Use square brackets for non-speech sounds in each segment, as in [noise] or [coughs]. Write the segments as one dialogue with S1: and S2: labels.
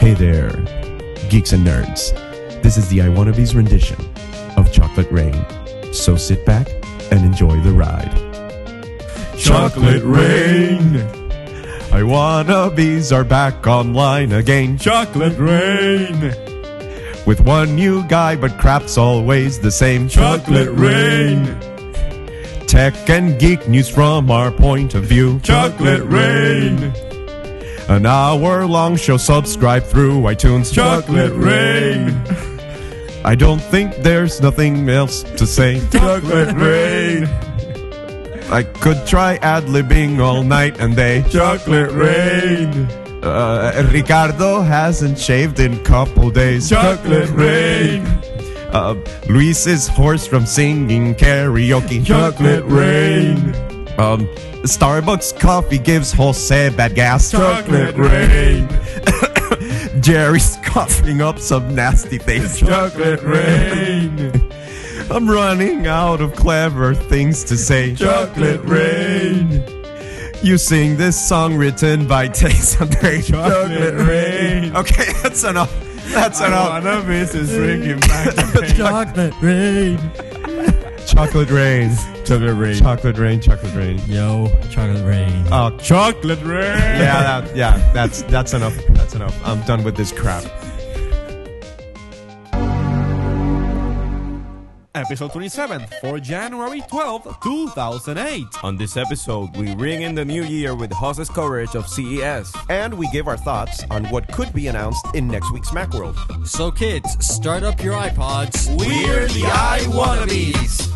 S1: Hey there, geeks and nerds. This is the I Wannabes rendition of Chocolate Rain. So sit back and enjoy the ride.
S2: Chocolate rain,
S1: I Wannabes are back online again
S2: chocolate rain,
S1: with one new guy, but crap's always the same.
S2: chocolate rain,
S1: Tech and geek news from our point of view.
S2: chocolate rain,
S1: An hour long show, subscribe through iTunes.
S2: chocolate rain,
S1: I don't think there's nothing else to say.
S2: chocolate rain,
S1: I could try ad libbing all night and day.
S2: chocolate rain,
S1: Uh, Ricardo hasn't shaved in couple days.
S2: chocolate rain,
S1: Uh, Luis is hoarse from singing karaoke.
S2: chocolate rain,
S1: Um, Starbucks coffee gives Jose bad gas.
S2: chocolate rain,
S1: Jerry's [laughs] coughing up some nasty things.
S2: chocolate rain,
S1: I'm running out of clever things to say.
S2: chocolate rain,
S1: You sing this song written by Taysom Drake.
S2: chocolate rain.
S1: Okay, [laughs] that's enough. That's enough.
S2: One of us is bringing back the
S3: Chocolate rain.
S1: Chocolate rain.
S2: chocolate rain.
S1: Chocolate rain. Chocolate rain.
S3: Yo, chocolate rain.
S1: Oh,
S2: Chocolate rain.
S1: yeah, that, yeah. That's that's enough. That's enough. I'm done with this crap.
S4: Episode 27 for January 12th, 2008.
S5: On this episode, we ring in the new year with Jose's coverage of E CES.
S1: And we give our thoughts on what could be announced in next week's Macworld.
S3: So, kids, start up your iPods.
S4: We're the I Wannabes.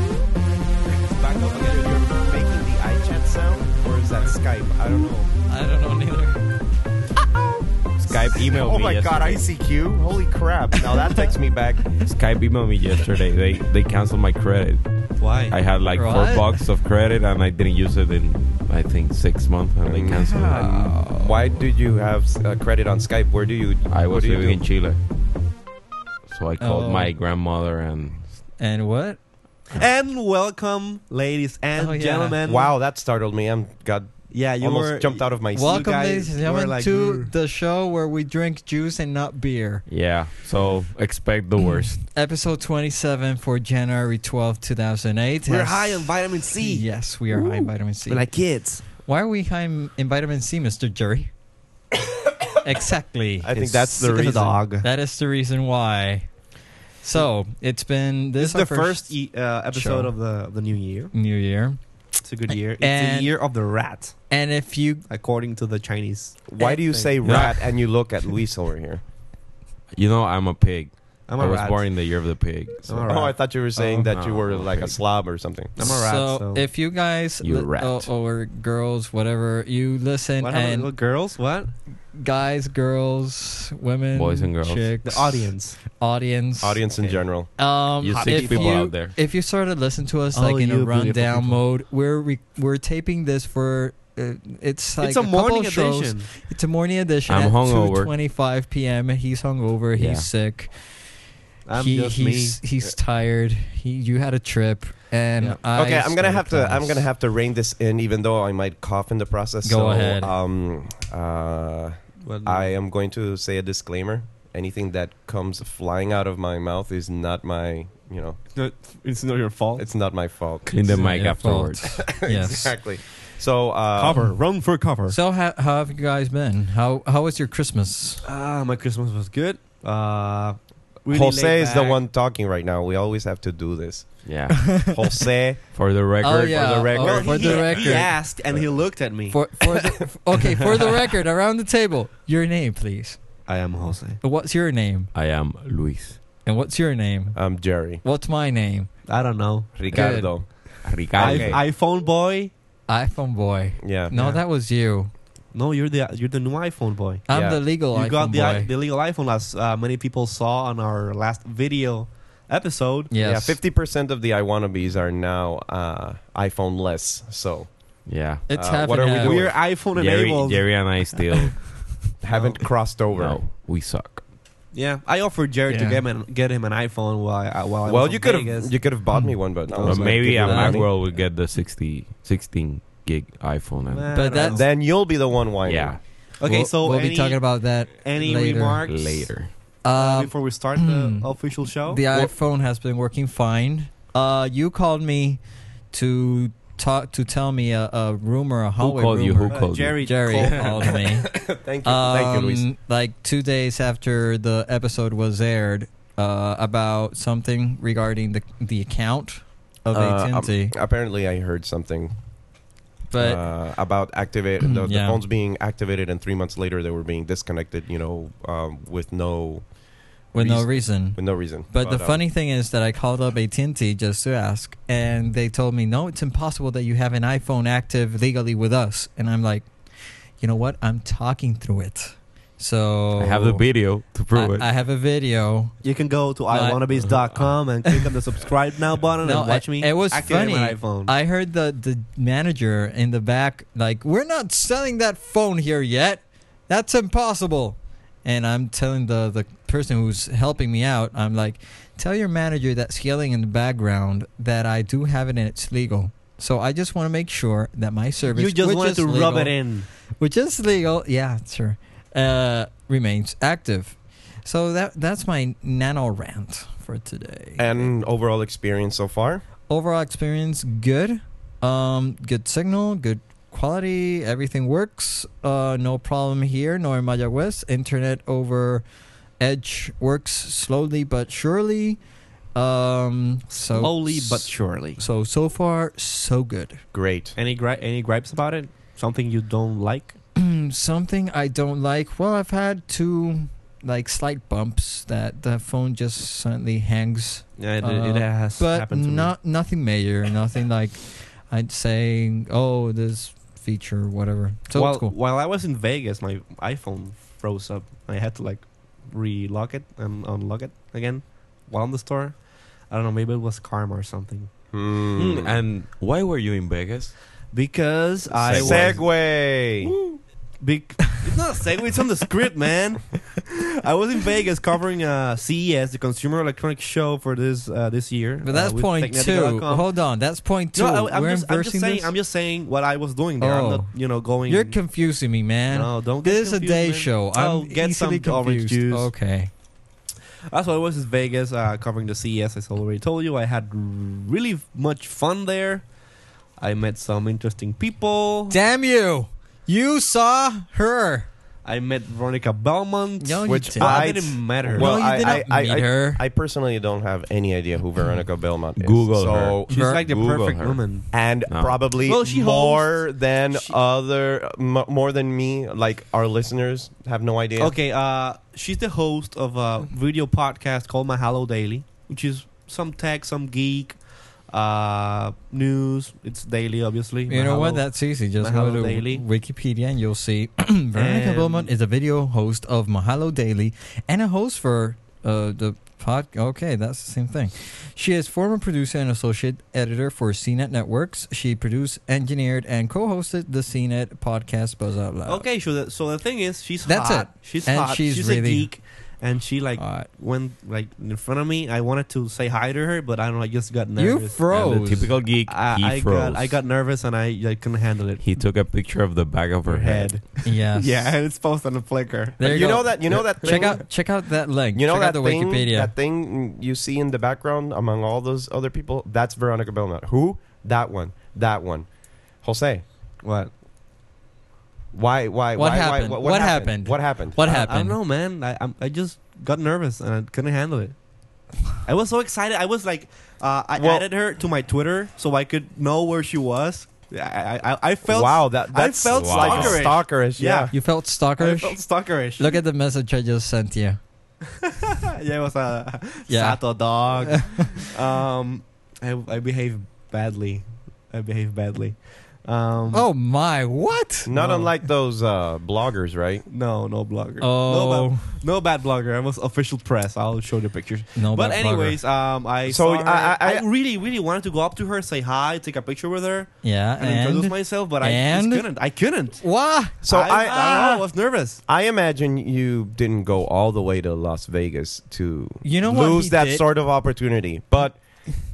S1: Back up again. You're making the iChat sound, or is that Skype? I don't know.
S3: I don't know neither.
S5: Skype emailed
S1: Oh
S5: me
S1: my God,
S5: yesterday.
S1: ICQ! Holy crap! Now that takes me back.
S5: Skype emailed me yesterday. They they canceled my credit.
S3: Why?
S5: I had like
S3: What?
S5: four bucks of credit and I didn't use it in I think six months and they canceled it.
S1: Why did you have uh, credit on Skype? Where do you?
S5: I
S1: what
S5: was
S1: do you
S5: living
S1: do?
S5: in Chile. So I called
S3: Oh.
S5: my grandmother and
S3: And what?
S4: And welcome, ladies and
S3: Oh, yeah.
S4: gentlemen.
S1: Wow, that startled me. I'm God.
S4: Yeah, you
S1: almost
S4: were,
S1: jumped out of my seat.
S3: Welcome,
S4: guys
S3: ladies and
S4: were
S3: gentlemen,
S4: like, "Mm."
S3: to
S4: "Grr."
S3: the show where we drink juice and not beer.
S5: yeah, so expect the worst.
S3: Episode 27 for January 12, 2008.
S4: We're
S3: Yes.
S4: high on vitamin C.
S3: Yes, we are high in vitamin C.
S4: We're like kids.
S3: Why are we high in in vitamin C, Mr.
S4: [coughs]
S3: Jerry? exactly.
S1: I think
S4: It's
S1: that's the
S4: sick as a
S1: reason.
S4: dog.
S3: That is the reason why. So, it's been this,
S4: This is the
S3: our
S4: first, e- uh, episode
S3: show.
S4: of the of the new year.
S3: New Year.
S4: It's a good year. It's
S3: And-
S4: the year of the rat,
S3: And if you
S4: according to the Chinese.
S1: Why do you say
S5: Yeah.
S1: rat and you look at Luis over here?
S5: You know I'm a pig.
S4: I'm
S5: I
S4: a
S5: was
S4: rat.
S5: born in the year of the pig. So
S4: All
S1: Oh,
S4: right.
S1: I thought you were saying
S4: Oh,
S1: that you
S5: no,
S1: were
S5: I'm
S1: like a
S5: big.
S1: slob or something.
S4: I'm a rat.
S3: so,
S4: So,
S3: if you guys
S5: You
S3: li-
S5: rat.
S3: o- or girls, whatever, you listen
S4: what
S3: and
S4: happened? What, girls? What?
S3: guys, girls, women,
S5: Boys and girls.
S3: chicks,
S4: The audience.
S3: audience,
S1: Audience in general.
S3: Um,
S5: You six
S3: if
S5: people
S3: you,
S5: out there.
S3: If you sort of listen to us
S4: Oh,
S3: like in
S4: you
S3: a
S4: beautiful
S3: rundown
S4: people.
S3: mode, we're re- we're taping this for. Uh, it's like
S4: it's a,
S3: couple
S4: morning
S3: of shows.
S4: edition.
S3: It's a morning edition.
S5: I'm
S3: at
S5: hungover.
S3: 2:25 p.m. He's hungover. He's
S5: Yeah.
S3: sick.
S4: I'm
S3: he,
S4: just
S3: he's
S4: me.
S3: he's tired. He you had a trip, and
S4: Yeah.
S3: I
S1: okay, I'm gonna
S3: started
S1: have to. I'm
S3: class.
S1: gonna have to rein this in, even though I might cough in the process.
S3: Go
S1: so,
S3: ahead.
S1: Um, uh,
S4: What-
S1: I am going to say a disclaimer. Anything that comes flying out of my mouth is not my. You know,
S4: No, it's not your fault.
S1: it's not my fault.
S5: in
S1: [laughs]
S5: the
S3: It's
S5: mic
S3: your
S5: afterwards.
S3: [laughs] yes.
S1: exactly. So uh,
S4: cover. Run for cover.
S3: So how, how have you guys been? How how was your Christmas?
S4: Ah, my Christmas was good. Uh, really
S1: Jose
S4: laid
S1: is the
S4: back.
S1: one talking right now. We always have to do this.
S5: Yeah.
S1: Jose,
S5: For the record,
S3: oh yeah,
S1: for the record.
S3: oh,
S4: Well,
S3: for
S4: he,
S3: the
S4: he-
S3: record,
S4: he asked and he looked at me.
S3: for for the, okay, for the record, around the table, your name, please.
S4: I am Jose.
S3: What's your name?
S5: I am Luis.
S3: And what's your name?
S1: I'm Jerry.
S3: What's my name?
S4: I don't know.
S1: Ricardo.
S5: Ricardo.
S4: I, iPhone boy.
S3: iPhone boy.
S1: Yeah.
S3: No,
S4: Yeah.
S3: that was you.
S4: No, you're the you're the new iPhone boy.
S3: I'm
S5: Yeah.
S3: the legal
S4: you
S3: iPhone
S4: got the i-
S3: boy.
S4: the legal iPhone, as uh, many people saw on our last video episode.
S3: yes.
S5: Yeah,
S1: 50% of the I wannabes are now uh, iPhone less. So
S5: Yeah.
S3: it's
S1: uh,
S3: half
S1: what
S3: and
S1: are we
S3: half.
S1: doing?
S4: We're iPhone
S5: Jerry,
S4: enabled.
S5: Jerry and I still
S1: haven't crossed over.
S5: no, we suck.
S4: Yeah, I offered Jerry to
S3: Yeah.
S4: get him an, get him an iPhone while I, while I
S1: Well,
S4: was
S1: you
S4: in
S1: could
S4: Vegas.
S1: have you could have bought me one,
S3: Hmm.
S1: but I
S5: But
S1: was like,
S5: maybe
S1: give
S5: a
S1: me the money.
S5: Macworld would get the 60, 16 gig iPhone. And
S4: Man,
S3: But
S4: I don't
S3: that's-
S4: know.
S1: Then you'll be the one whining.
S5: yeah,
S4: okay.
S3: We'll-
S4: so
S3: we'll be
S4: any,
S3: talking about that
S4: any
S3: later.
S4: remarks
S5: later.
S4: uh, Hmm.
S3: Um,
S4: before we start the official show?
S3: The
S4: Well,
S3: iPhone has been working fine. Uh, you called me to talk to tell me a, a rumor, a hallway
S5: called
S3: rumor.
S5: you? Who
S4: uh,
S5: called you?
S4: Jerry,
S3: Jerry [laughs]
S4: Cole-
S3: called me.
S1: [laughs] Thank you. Thank you, Luis.
S3: Um, like two days after the episode was aired, uh, about something regarding the the account of
S1: Uh, um,
S3: AT&T,
S1: apparently, I heard something
S3: but
S1: uh, about
S3: [clears throat]
S1: activate the, the
S3: Yeah.
S1: phones being activated, and three months later they were being disconnected. You know, um, with no
S3: with no
S1: reason-
S3: reason.
S1: with no reason.
S3: But the
S1: um,
S3: funny thing is that I called up AT&T just to ask, and they told me, "No, it's impossible that you have an iPhone active legally with us." And I'm like, "You know what? I'm talking through it." So
S5: I have the video to prove
S3: I-
S5: it.
S3: I have a video.
S4: You can go to
S3: I-
S4: iwannabes.com and click on the subscribe now button
S3: No,
S4: and watch me.
S3: it- it was
S4: activate My
S3: funny.
S4: iPhone.
S3: I heard the the manager in the back like, "We're not selling that phone here yet. That's impossible." And I'm telling the the person who's helping me out, I'm like, "Tell your manager that's yelling in the background that I do have it and it's legal." So I just want to make sure that my service,
S4: you just
S3: which is
S4: wanted to rub
S3: legal-
S4: it in.
S3: which is legal, yeah, sure, uh, remains active. So that that's my nano rant for today.
S1: um, and overall experience so far.
S3: overall experience good um good signal good quality everything works uh no problem here nor in Mayagüez internet over edge works slowly but surely um so
S4: Slowly but surely.
S3: so so far so good [clears throat]
S1: Great.
S4: Any gri- any gripes about it? Something you don't like?
S3: something i don't like well i've had two like slight bumps that the phone just suddenly hangs
S4: Yeah, it,
S3: Uh,
S4: it has
S3: but
S4: happened to
S3: not nothing major, nothing like I'd say, oh, this feature, whatever.
S4: me.
S3: So
S4: While,
S3: it's cool.
S4: while I was in Vegas, my iPhone froze up. I had to like re-lock it and unlock it again while in the store. I don't know. Maybe it was karma or something.
S1: Hmm.
S5: Mm, and why were you in Vegas?
S4: Because I was
S1: Segway.
S4: Big. It's not a segue. It's on the script,
S3: [laughs]
S4: man. I was in Vegas covering uh, CES, the Consumer Electronics Show for this uh, this year.
S3: But that's
S4: uh, with
S3: point two.
S4: Technetic.com.
S3: Hold on, that's point two.
S4: No, I, am
S3: We're
S4: just, I'm just
S3: inversing
S4: saying.
S3: this?
S4: I'm just saying what I was doing there.
S3: Oh.
S4: I'm not, you know, going.
S3: You're confusing me, man.
S4: no, don't. get
S3: this is a
S4: confused,
S3: day
S4: man.
S3: show. I'm
S4: I'll get some
S3: easily
S4: orange
S3: confused.
S4: juice.
S3: Okay.
S4: That's why I was in Vegas uh, covering the CES. As I already told you, I had really much fun there. I met some interesting people.
S3: Damn you! You saw her.
S4: I met Veronica Belmont,
S3: No, you
S1: Which
S3: didn't.
S4: I,
S1: I-
S4: didn't met her.
S1: Well,
S3: no, you
S1: I-
S3: did
S1: I-
S3: not
S1: I-
S3: meet
S1: I-
S3: her.
S1: I personally don't have any idea who Veronica Belmont is.
S5: Google
S1: so,
S4: She's
S3: Ver-
S4: like the
S5: Google
S4: perfect
S5: her.
S4: woman.
S1: And
S5: No.
S1: probably
S4: Well, she
S1: more than
S4: she-
S1: other, m- more than me, like our listeners have no idea.
S4: Okay, uh, she's the host of a video podcast called Mahalo Daily, which is some tech, some geek, uh, news. It's daily, obviously.
S3: You know what?
S4: Mahalo.
S3: That's easy. Just
S4: Mahalo
S3: go to
S4: Daily.
S3: Wikipedia and you'll see [clears throat] Veronica
S4: And-
S3: Belmont is a video host of Mahalo Daily and a host for uh, the pod. Okay, that's the same thing. She is former producer and associate editor for CNET Networks. She produced, engineered, and co-hosted the CNET podcast Buzz Out Loud.
S4: okay. So the, so the thing is, she's
S3: That's
S4: hot. She's
S3: And
S4: hot.
S3: she's
S4: She's,
S3: really-
S4: a geek, and she like
S3: All right.
S4: went like in front of me. I wanted to say hi to her, but I don't. know. I just got
S3: you
S4: nervous.
S5: And
S3: froze.
S5: the typical geek,
S4: I,
S5: he
S4: I
S5: froze.
S4: got I got nervous, and I, I couldn't handle it.
S5: He took a picture of the back of her head.
S3: [laughs] yes. [laughs]
S4: [laughs] Yeah, it's posted on Flickr.
S3: There you,
S1: you
S3: go.
S1: know that you know that
S3: Check
S1: thing-
S3: out check out that link.
S1: you know
S3: check
S1: that
S3: out the
S1: thing
S3: Wikipedia.
S1: that thing you see in the background among all those other people. That's Veronica Belmont. Who? That one. That one. Jose.
S4: What?
S1: Why? Why?
S3: What
S1: why,
S3: happened?
S1: Why,
S3: What happened?
S1: What happened?
S3: what
S4: I-
S3: happened?
S4: I, don't know, man. I I'm, I just got nervous and I couldn't handle it. I was so excited. I was like, uh, I
S1: Well-
S4: added her to my Twitter so I could know where she was. I I, I, I felt
S1: wow, that that's
S4: felt
S1: like
S4: stalkerish.
S1: stalkerish. Yeah.
S4: Yeah.
S3: You felt
S4: I
S3: stalkerish.
S4: felt stalkerish.
S3: Look at the message I just sent you.
S4: yeah, it was uh, a
S3: Yeah. [laughs]
S4: Sato dog. um, I I behaved badly. I behaved badly. Um,
S3: Oh my, what?
S1: Not
S4: No.
S1: unlike those uh, bloggers, right?
S4: no, no blogger. No,
S3: Oh,
S4: bad, no bad blogger. I was official press. I'll show the pictures.
S3: no,
S4: but
S3: bad blogger.
S4: anyways, um, I
S1: So,
S4: saw her.
S1: I-
S4: I,
S1: I- I-
S4: really, really wanted to go up to her, say hi, take a picture with her,
S3: yeah,
S4: and,
S3: and,
S4: introduce myself, but
S3: and- ah.
S4: I just couldn't. I couldn't.
S3: Wah!
S1: So I,
S4: I, was nervous.
S1: I imagine you didn't go all the way to Las Vegas to
S3: You know what
S1: lose
S3: he
S1: that
S3: did?
S1: sort of opportunity, but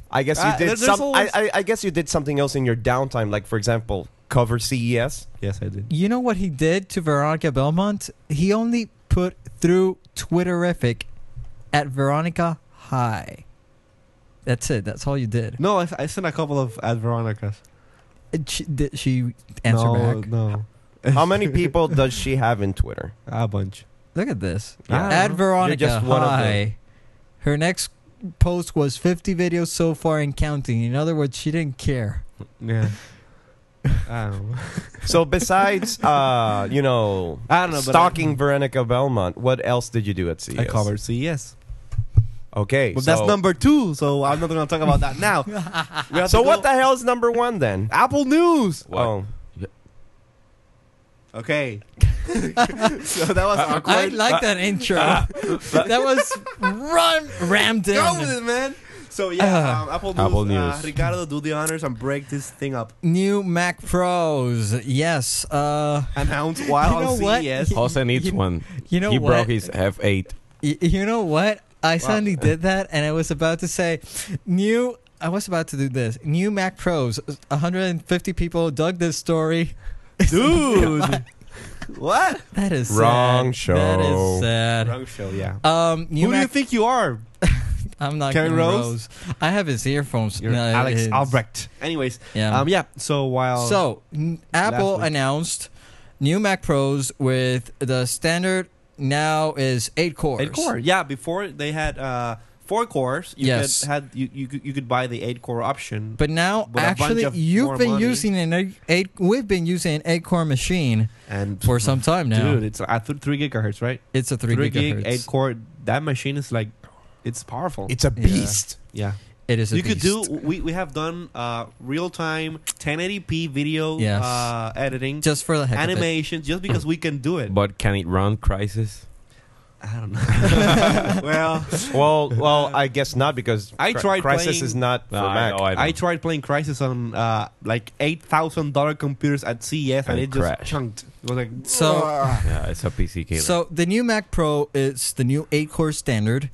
S1: I guess you
S4: [laughs] Uh,
S1: did
S4: there's
S1: some.
S4: always-
S1: I, I, I guess you did something else in your downtime, like for example, cover E CES.
S4: Yes, I
S3: [laughs]
S4: did.
S3: You know what he did to Veronica Belmont? He only put through Twitterific at Veronica High. That's it. That's all you did.
S4: No, I, I sent a couple of ad Veronicas.
S3: And She, did she answer
S4: no,
S3: back?
S4: No,
S1: How many people does she have in Twitter?
S4: a bunch.
S3: Look at this.
S4: Yeah.
S3: At Veronica
S1: just one of them.
S3: High. Her next post was 50 videos so far and counting. In other words, she didn't care. [laughs]
S4: Yeah. Um, I don't know.
S1: So
S4: [laughs]
S1: besides, uh, you know,
S4: I don't know, but
S1: stalking
S4: I-
S1: Veronica Belmont, what else did you do at CES?
S4: I covered CES.
S1: Okay,
S4: But
S1: so,
S4: that's number two, so I'm not going to talk about
S3: [laughs]
S4: that now. We have
S1: So
S4: to
S1: what
S4: go-
S1: the hell is number one
S4: [laughs]
S1: then?
S4: Apple News.
S5: What?
S1: Oh,
S4: [laughs] Okay. so that was
S3: I
S4: awkward.
S3: like that
S4: [laughs]
S3: intro. that was ram- rammed in.
S4: Go with it, man. So yeah, um, Apple News.
S5: Apple
S4: Uh,
S5: News.
S4: Ricardo, do the honors and break this thing [laughs] up.
S3: New Mac Pros. Yes. Uh,
S4: Announce while
S3: You know
S4: on E
S3: what?
S4: [laughs] CES.
S5: Jose needs
S3: You-
S5: one.
S3: you know
S5: he
S3: what?
S5: broke his F8.
S3: Y- you know what? I suddenly did that, and I was about to say, new. I was about to do this. New Mac Pros. 150 people dug this story.
S4: Dude, what?
S3: That is sad.
S1: Wrong show.
S3: That is sad.
S4: [laughs] Wrong show. Yeah.
S3: Um, new
S4: Who do you
S3: Mac.
S4: think you are?
S3: I'm not
S4: Kevin
S3: Kevin
S4: Rose?
S3: Rose. I have his earphones.
S4: You're
S3: No,
S4: Alex
S3: it's-
S4: Albrecht. Anyways,
S3: Yeah.
S4: um, yeah. So while
S3: So n- Apple
S4: week.
S3: announced new Mac Pros with the standard now is eight cores.
S4: eight core, yeah. Before they had uh, four cores. You
S3: Yes.
S4: Could, had you, you could- you could buy the eight core option.
S3: But now,
S4: But a bunch
S3: actually,
S4: of more
S3: you've been
S4: money.
S3: using an eight, eight. We've been using an eight-core machine
S4: and
S3: for some time now.
S4: dude, it's at th- three gigahertz, right?
S3: it's a three, gigahertz.
S4: gig, eight core. That machine is like, it's powerful.
S1: it's a
S3: Yeah.
S1: beast.
S4: yeah.
S3: It is. A
S4: you could do
S3: beast.
S4: we, we have done uh, real-time 1080p video
S3: Yes.
S4: uh, editing
S3: just for the heck of it.
S4: animations just because we can do it
S5: But can it run Crisis?
S4: i
S3: [laughs]
S4: don't know well
S1: Well,
S4: [laughs]
S1: well, I guess not because
S4: I
S1: Cri-
S4: tried
S1: Crisis
S4: playing-
S1: is not for
S5: No, I
S1: Mac.
S5: know, I know.
S4: i tried playing crisis on uh, like $8000 computers at ces and,
S5: And
S4: it
S5: crashed.
S4: just chunked it was like
S3: So,
S5: yeah, it's a PC killer.
S3: so the new Mac Pro is the new eight-core standard.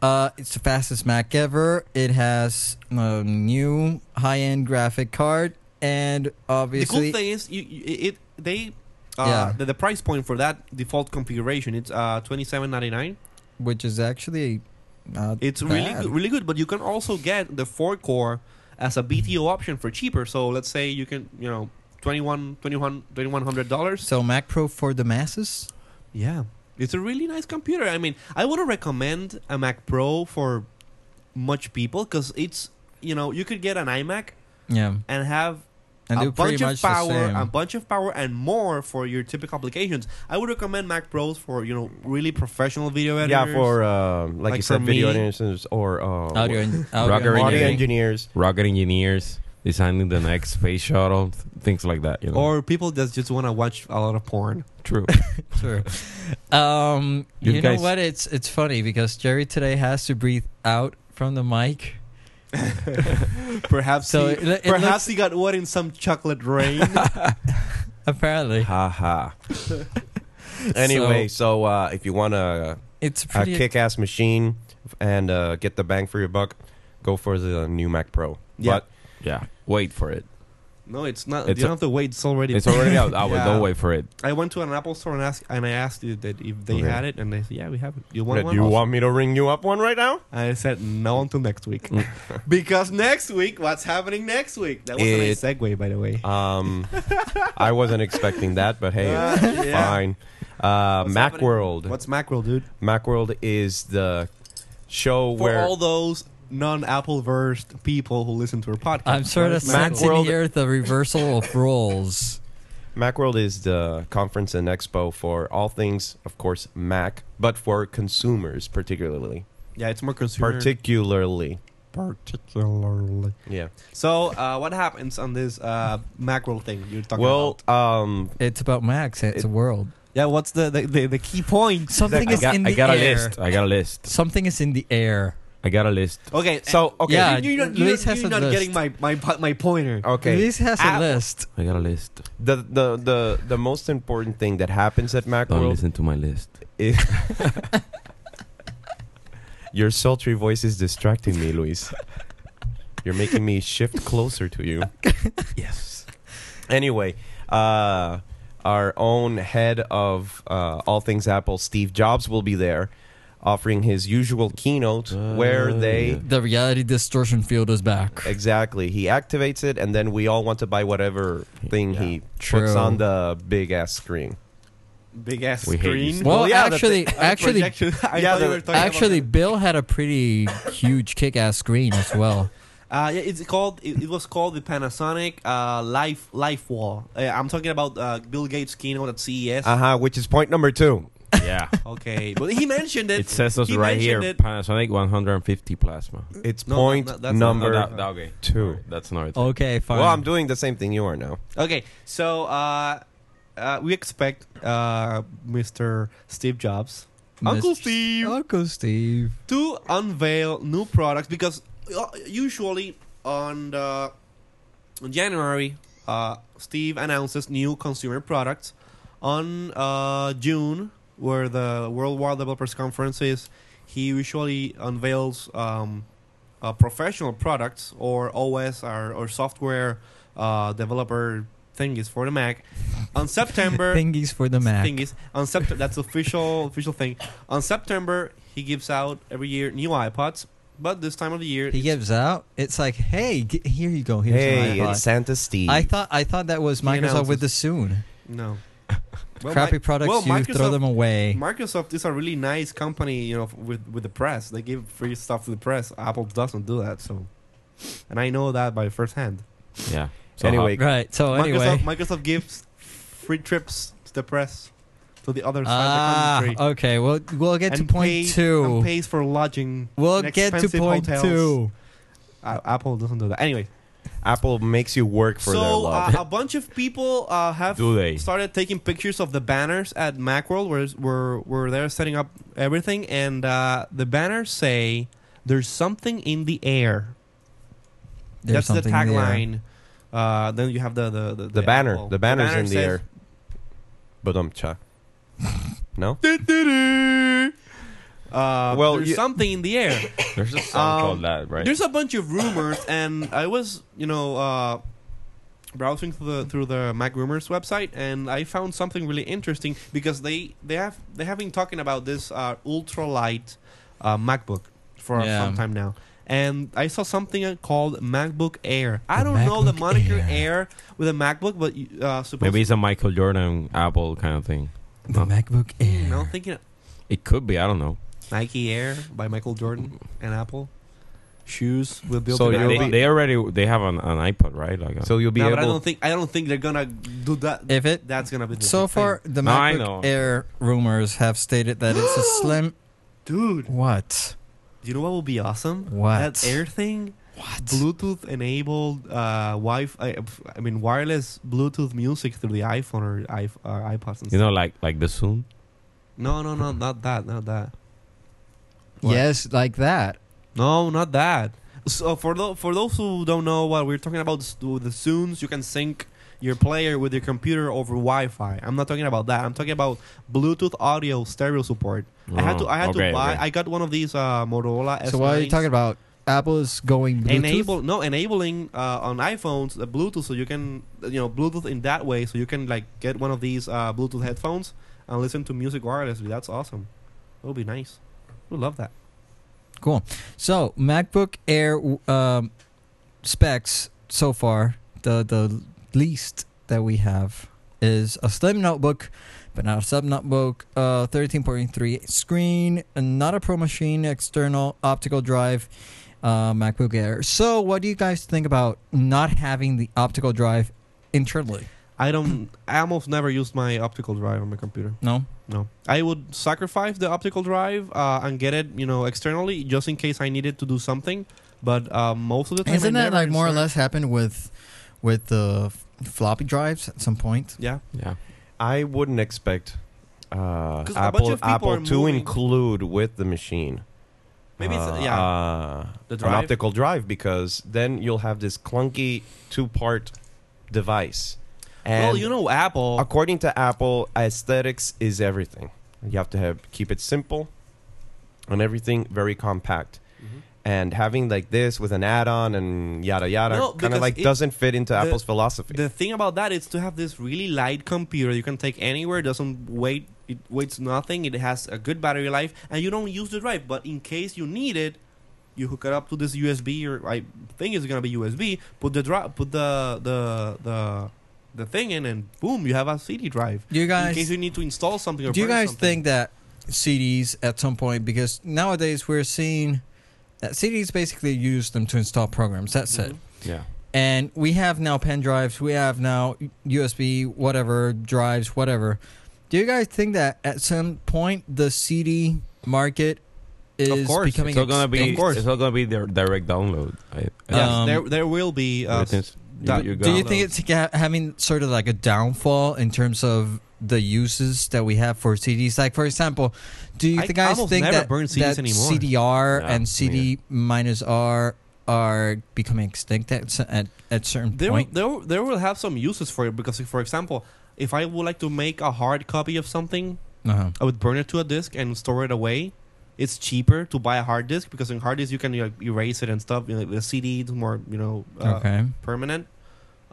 S3: Uh, it's the fastest Mac ever. It has a new high-end graphic card, and
S4: the cool
S3: obviously,
S4: thing is you, you it they uh,
S3: Yeah.
S4: the, the price point for that default configuration it's uh 27.99
S3: which is actually not
S4: It's really
S3: bad.
S4: good, really good, but you can also get the four core as a BTO option for cheaper. So let's say you can, you know, 21 21 2100 dollars.
S3: So Mac Pro for the masses.
S4: Yeah, it's a really nice computer. I mean, I wouldn't recommend a Mac Pro for much people because it's, you know, you could get an iMac
S3: Yeah,
S4: and have
S3: and
S4: a
S3: they're pretty much
S4: bunch of
S3: the
S4: power,
S3: same.
S4: a bunch of power, and more for your typical applications. I would recommend Mac Pros for you know really professional video
S1: yeah,
S4: editors.
S1: for uh, like,
S4: Like
S1: you
S4: for
S1: said, video
S4: me.
S1: engineers or uh,
S3: audio, en- audio
S5: Rocker
S1: audio
S3: engineering.
S1: engineers.
S5: Rocket engineers designing the next space shuttle, th- things like that. You know,
S4: or people that just want to watch a lot of porn.
S5: [laughs] true.
S3: True. Um,
S5: You
S3: you
S5: guys-
S3: know what? It's it's funny because Jerry today has to breathe out from the mic.
S4: [laughs] Perhaps
S3: So
S4: he,
S3: it- it
S4: perhaps
S3: looks-
S4: he got wet in some
S3: [laughs]
S4: chocolate rain.
S3: Apparently,
S4: [laughs]
S5: ha ha.
S1: Anyway, so, uh, if you want a,
S3: it's
S1: a
S3: pretty.
S1: kick-ass machine and uh, get the bang for your buck, go for the new Mac Pro.
S4: Yeah.
S1: But
S5: [laughs] Yeah, wait for it.
S4: no, it's not.
S5: It's
S4: you
S5: a-
S4: don't have to wait. It's already.
S5: It's already out. I will [laughs]
S4: Yeah.
S5: Don't wait for it.
S4: I went to an Apple store and asked, and I asked it that if they
S1: Okay.
S4: had it, and they said, "Yeah, we have it. You want
S1: do
S4: one?"
S1: you
S4: Also-
S1: want me to ring you up one right now?
S4: I said no until next week,
S5: Mm.
S4: [laughs] because next week, what's happening next week? That was a nice segue, by the
S5: [laughs]
S4: way. [laughs]
S1: Um, I wasn't expecting that, but hey,
S4: Uh, yeah.
S1: fine. Uh,
S4: What's happening?
S1: Macworld.
S4: What's Macworld, dude?
S1: Macworld is the show
S4: For
S1: where
S4: all those non-Apple versed people who listen to our podcast,
S3: I'm sort of
S4: what is
S3: sensing
S4: Macworld?
S3: here
S4: [laughs]
S3: the reversal of roles.
S1: Macworld is the conference and expo for all things, of course, Mac, but for consumers particularly.
S4: Yeah, it's more consumer.
S1: Particularly.
S6: particularly.
S1: Yeah.
S4: So, uh, what happens on this uh, macro thing you're talking
S1: Well,
S4: about?
S1: um,
S3: It's about Max. It's a world.
S4: Yeah, what's the the, the, the key point?
S3: Something
S5: I
S3: is
S5: got,
S3: in
S5: I
S3: the
S5: got a
S3: air.
S5: list. I got a list.
S3: Something is in the air.
S5: I got a list.
S4: Okay,
S1: so okay,
S3: Yeah.
S4: you, you're not, you're,
S3: Luis has
S4: you're
S3: a
S4: not
S3: list.
S4: getting my my po- my pointer.
S5: Oh,
S1: okay.
S3: Luis has a
S4: Ah.
S3: list.
S5: I got a list.
S1: the the the the most important thing that happens at
S5: Don't
S1: Macworld
S5: listen to my
S4: [laughs]
S5: list.
S1: is your sultry voice is distracting me, Luis. You're making me shift closer to
S4: [laughs]
S1: you.
S4: Yes.
S1: Anyway, uh, our own head of uh, all things Apple, Steve Jobs, will be there, offering his usual keynote
S5: Uh,
S1: where they.
S5: yeah.
S3: The reality distortion field is back.
S1: Exactly. He activates it, and then we all want to buy whatever thing he puts
S3: True.
S1: on the big ass screen.
S4: Big ass
S5: We hate you.
S4: screen. Oh,
S3: Well,
S1: Well, yeah, the
S3: actually, actually,
S4: Projection. [laughs] I
S1: yeah,
S4: thought you
S1: the-
S4: were talking about
S3: actually, Bill had a pretty huge kick-ass screen as well.
S4: Uh, yeah, it's called. It, it was called the Panasonic uh, Life Life Wall. Uh, I'm talking about uh, Bill Gates keynote at CES.
S5: Ah.
S1: Uh huh. Which is point number two.
S5: Yeah.
S4: Okay, but he mentioned it.
S5: it says us
S4: he
S5: right here
S4: mentioned it.
S5: Panasonic 150 plasma.
S1: It's
S4: No, no,
S1: point
S4: no, that's not-
S1: number.
S5: No, that- that- okay.
S1: two.
S5: Alright, That's not it.
S4: Oh.
S3: Okay, fine.
S1: well, I'm doing the same thing you are now.
S4: Okay, so uh, uh, we expect uh, Mr. Steve Jobs, Uncle
S3: Mr.
S4: Steve,
S3: Uncle Steve.
S4: to unveil new products because uh, usually on the in January, uh, Steve announces new consumer products. On uh, June, where the Worldwide Developers Conference is, he usually unveils um, uh, professional products or OS or, or software uh, developer thingies for the Mac. On September,
S3: Thingies for the Mac.
S4: thing is on September that's official official thing. On September he gives out every year new iPods, but this time of the year
S3: He gives out. It's like, hey, g- here you go. Here's
S1: Hey,
S3: an
S1: it's
S3: iPod.
S1: Santa Steve.
S3: I thought I thought that was
S4: He
S3: Microsoft
S4: announces-
S3: with the soon.
S4: no
S3: [laughs]
S4: Well,
S3: Crappy
S4: Mi-
S3: products,
S4: well,
S3: you throw
S4: Microsoft-
S3: them away.
S4: Microsoft is a really nice company, you know, f- with with the press. They give free stuff to the press. Apple doesn't do that, so and I know that by first hand.
S5: Yeah.
S1: Anyway,
S3: right. So
S4: Microsoft
S3: anyway,
S4: Microsoft gives free trips to the press to the other
S3: ah, oh.
S4: side of the country.
S3: okay. Well, we'll get to
S4: and
S3: point
S4: pay- and
S3: two.
S4: pays for lodging.
S3: We'll
S4: and
S3: get to
S4: expensive
S3: point
S4: hotels.
S3: two.
S4: A- Apple doesn't do that. Anyway,
S1: Apple makes you work for
S4: so
S1: their love.
S4: Uh, a bunch of people uh, have
S5: Do they?
S4: started taking pictures of the banners at Macworld, where where where they're setting up everything, and uh, the banners say "There's something in the air."
S3: There's
S4: That's the
S3: something there.
S4: tagline. Uh, then you have the the the,
S1: the banner,
S4: Apple.
S1: the banner's
S4: banner
S1: in the air.
S4: says,
S1: Badumcha. No.
S4: Uh,
S1: Well,
S4: there's
S1: you-
S4: something in the air.
S5: There's a song
S4: Um,
S5: called that, right?
S4: There's a bunch of rumors, and I was, you know, uh, browsing through the through the Mac Rumors website, and I found something really interesting because they they have they have been talking about this uh, ultralight uh, MacBook for
S3: Yeah.
S4: some time now. And I saw something uh, called MacBook Air. I
S3: The
S4: don't know the
S3: MacBook
S4: moniker
S3: Air.
S4: Air. with a MacBook, but you, uh, supposed
S5: Maybe it's a Michael Jordan Apple kind of thing.
S3: The
S5: Huh.
S3: MacBook
S4: you
S3: Air.
S4: know, thinking of
S5: It could be. I don't know.
S4: Nike Air by Michael Jordan and Apple shoes with built-in.
S1: So
S5: They,
S1: you'll
S4: Apple.
S5: they, they already they have an, an iPod, right? Like a,
S1: So you'll be
S4: no,
S1: able.
S4: but I don't think I don't think they're gonna do that.
S3: If it
S4: That's gonna be the
S3: so
S4: thing.
S3: far, the
S5: No, I know.
S3: MacBook Air rumors have stated that
S4: [gasps]
S3: it's a slim.
S4: dude.
S3: What?
S4: You know what would be awesome?
S3: What?
S4: that Air thing,
S3: What?
S4: Bluetooth enabled, uh, Wi-Fi. uh, I mean, wireless Bluetooth music through the iPhone or iP- or iPods. And
S5: you
S4: stuff.
S5: know, like like the Zoom.
S4: No, no, no, not that, not that. What?
S3: Yes, like that.
S4: No, not that. So for tho- for those who don't know what we're talking about, s- with the Zooms, you can sync your player with your computer over Wi-Fi. I'm not talking about that. I'm talking about Bluetooth audio stereo support. I had to
S1: Oh,
S4: I had to buy. I got one of these uh, Motorola.
S3: So what are you
S4: S9s.
S3: talking about? Apple is going Bluetooth.
S4: Enable no enabling uh, on iPhones the Bluetooth, so you can you know Bluetooth in that way, so you can like get one of these uh, Bluetooth headphones and listen to music wirelessly. That's awesome. It would be nice. We love that.
S3: Cool. So MacBook Air w- um, specs so far, the the least that we have is a slim notebook, but not a sub notebook. Uh, thirteen point three screen, and not a Pro machine, external optical drive. Uh, MacBook Air. So, what do you guys think about not having the optical drive internally?
S4: I don't. I almost never used my optical drive on my computer.
S3: No.
S4: No, I would sacrifice the optical drive uh, and get it, you know, externally just in case I needed to do something. But uh, most of the time, I
S3: Isn't that
S4: never
S3: like more or
S4: install-
S3: less happened with with the floppy drives at some point?
S4: Yeah,
S5: Yeah.
S1: I wouldn't expect uh,
S4: 'Cause a bunch
S1: Apple
S4: of people are
S1: Apple to
S4: moving.
S1: include with the machine.
S4: Maybe it's-
S1: uh,
S4: yeah.
S1: uh,
S4: The
S1: an
S4: drive.
S1: optical drive because then you'll have this clunky two-part device. And
S4: well, you know, Apple.
S1: according to Apple, aesthetics is everything. You have to have keep it simple and everything very compact.
S4: Mhm.
S1: And having like this with an add-on and yada yada
S4: No,
S1: kind
S4: because
S1: of like
S4: it-
S1: doesn't fit into
S4: the-
S1: Apple's philosophy.
S4: The thing about that is to have this really light computer you can take anywhere, doesn't weight, it weighs nothing, it has a good battery life, and you don't use the drive. But in case you need it, you hook it up to this USB or I think it's gonna be USB. Put the drive, put the the the the thing in, and boom, you have a CD drive.
S3: Do you
S4: in case
S3: guys
S4: you need to install something. Or
S3: do you
S4: burn
S3: guys
S4: something.
S3: think that CDs at some point because nowadays we're seeing that CDs basically use them to install programs. That's
S5: Mm-hmm.
S3: it.
S5: Yeah.
S3: and we have now pen drives we have now usb whatever drives whatever do you guys think that at some point the cd market is
S4: course,
S3: becoming
S5: It's all gonna be.
S3: extinct?
S5: It's all gonna be their direct download. I,
S3: Yeah.
S4: Yeah,
S3: Um,
S4: there there will be uh,
S5: It is-
S4: that-
S5: you, you
S3: do you
S5: got-
S3: think it's ga- having sort of like a downfall in terms of the uses that we have for CDs? Like, for example, do you
S4: I
S3: think guys
S4: almost
S3: think
S4: never
S3: that,
S4: burn CDs
S3: that
S4: anymore.
S3: CDR
S5: No, me
S3: and CD minus R are becoming extinct at s- at, at certain
S4: There will,
S3: point?
S4: there, will- there will have some uses for it because, for example, if I would like to make a hard copy of something,
S3: uh-huh.
S4: I would burn it to a disk and store it away. It's cheaper to buy a hard disk because in hard disk you can you know, erase it and stuff. You know, the CD is more you know uh,
S3: okay.
S4: permanent.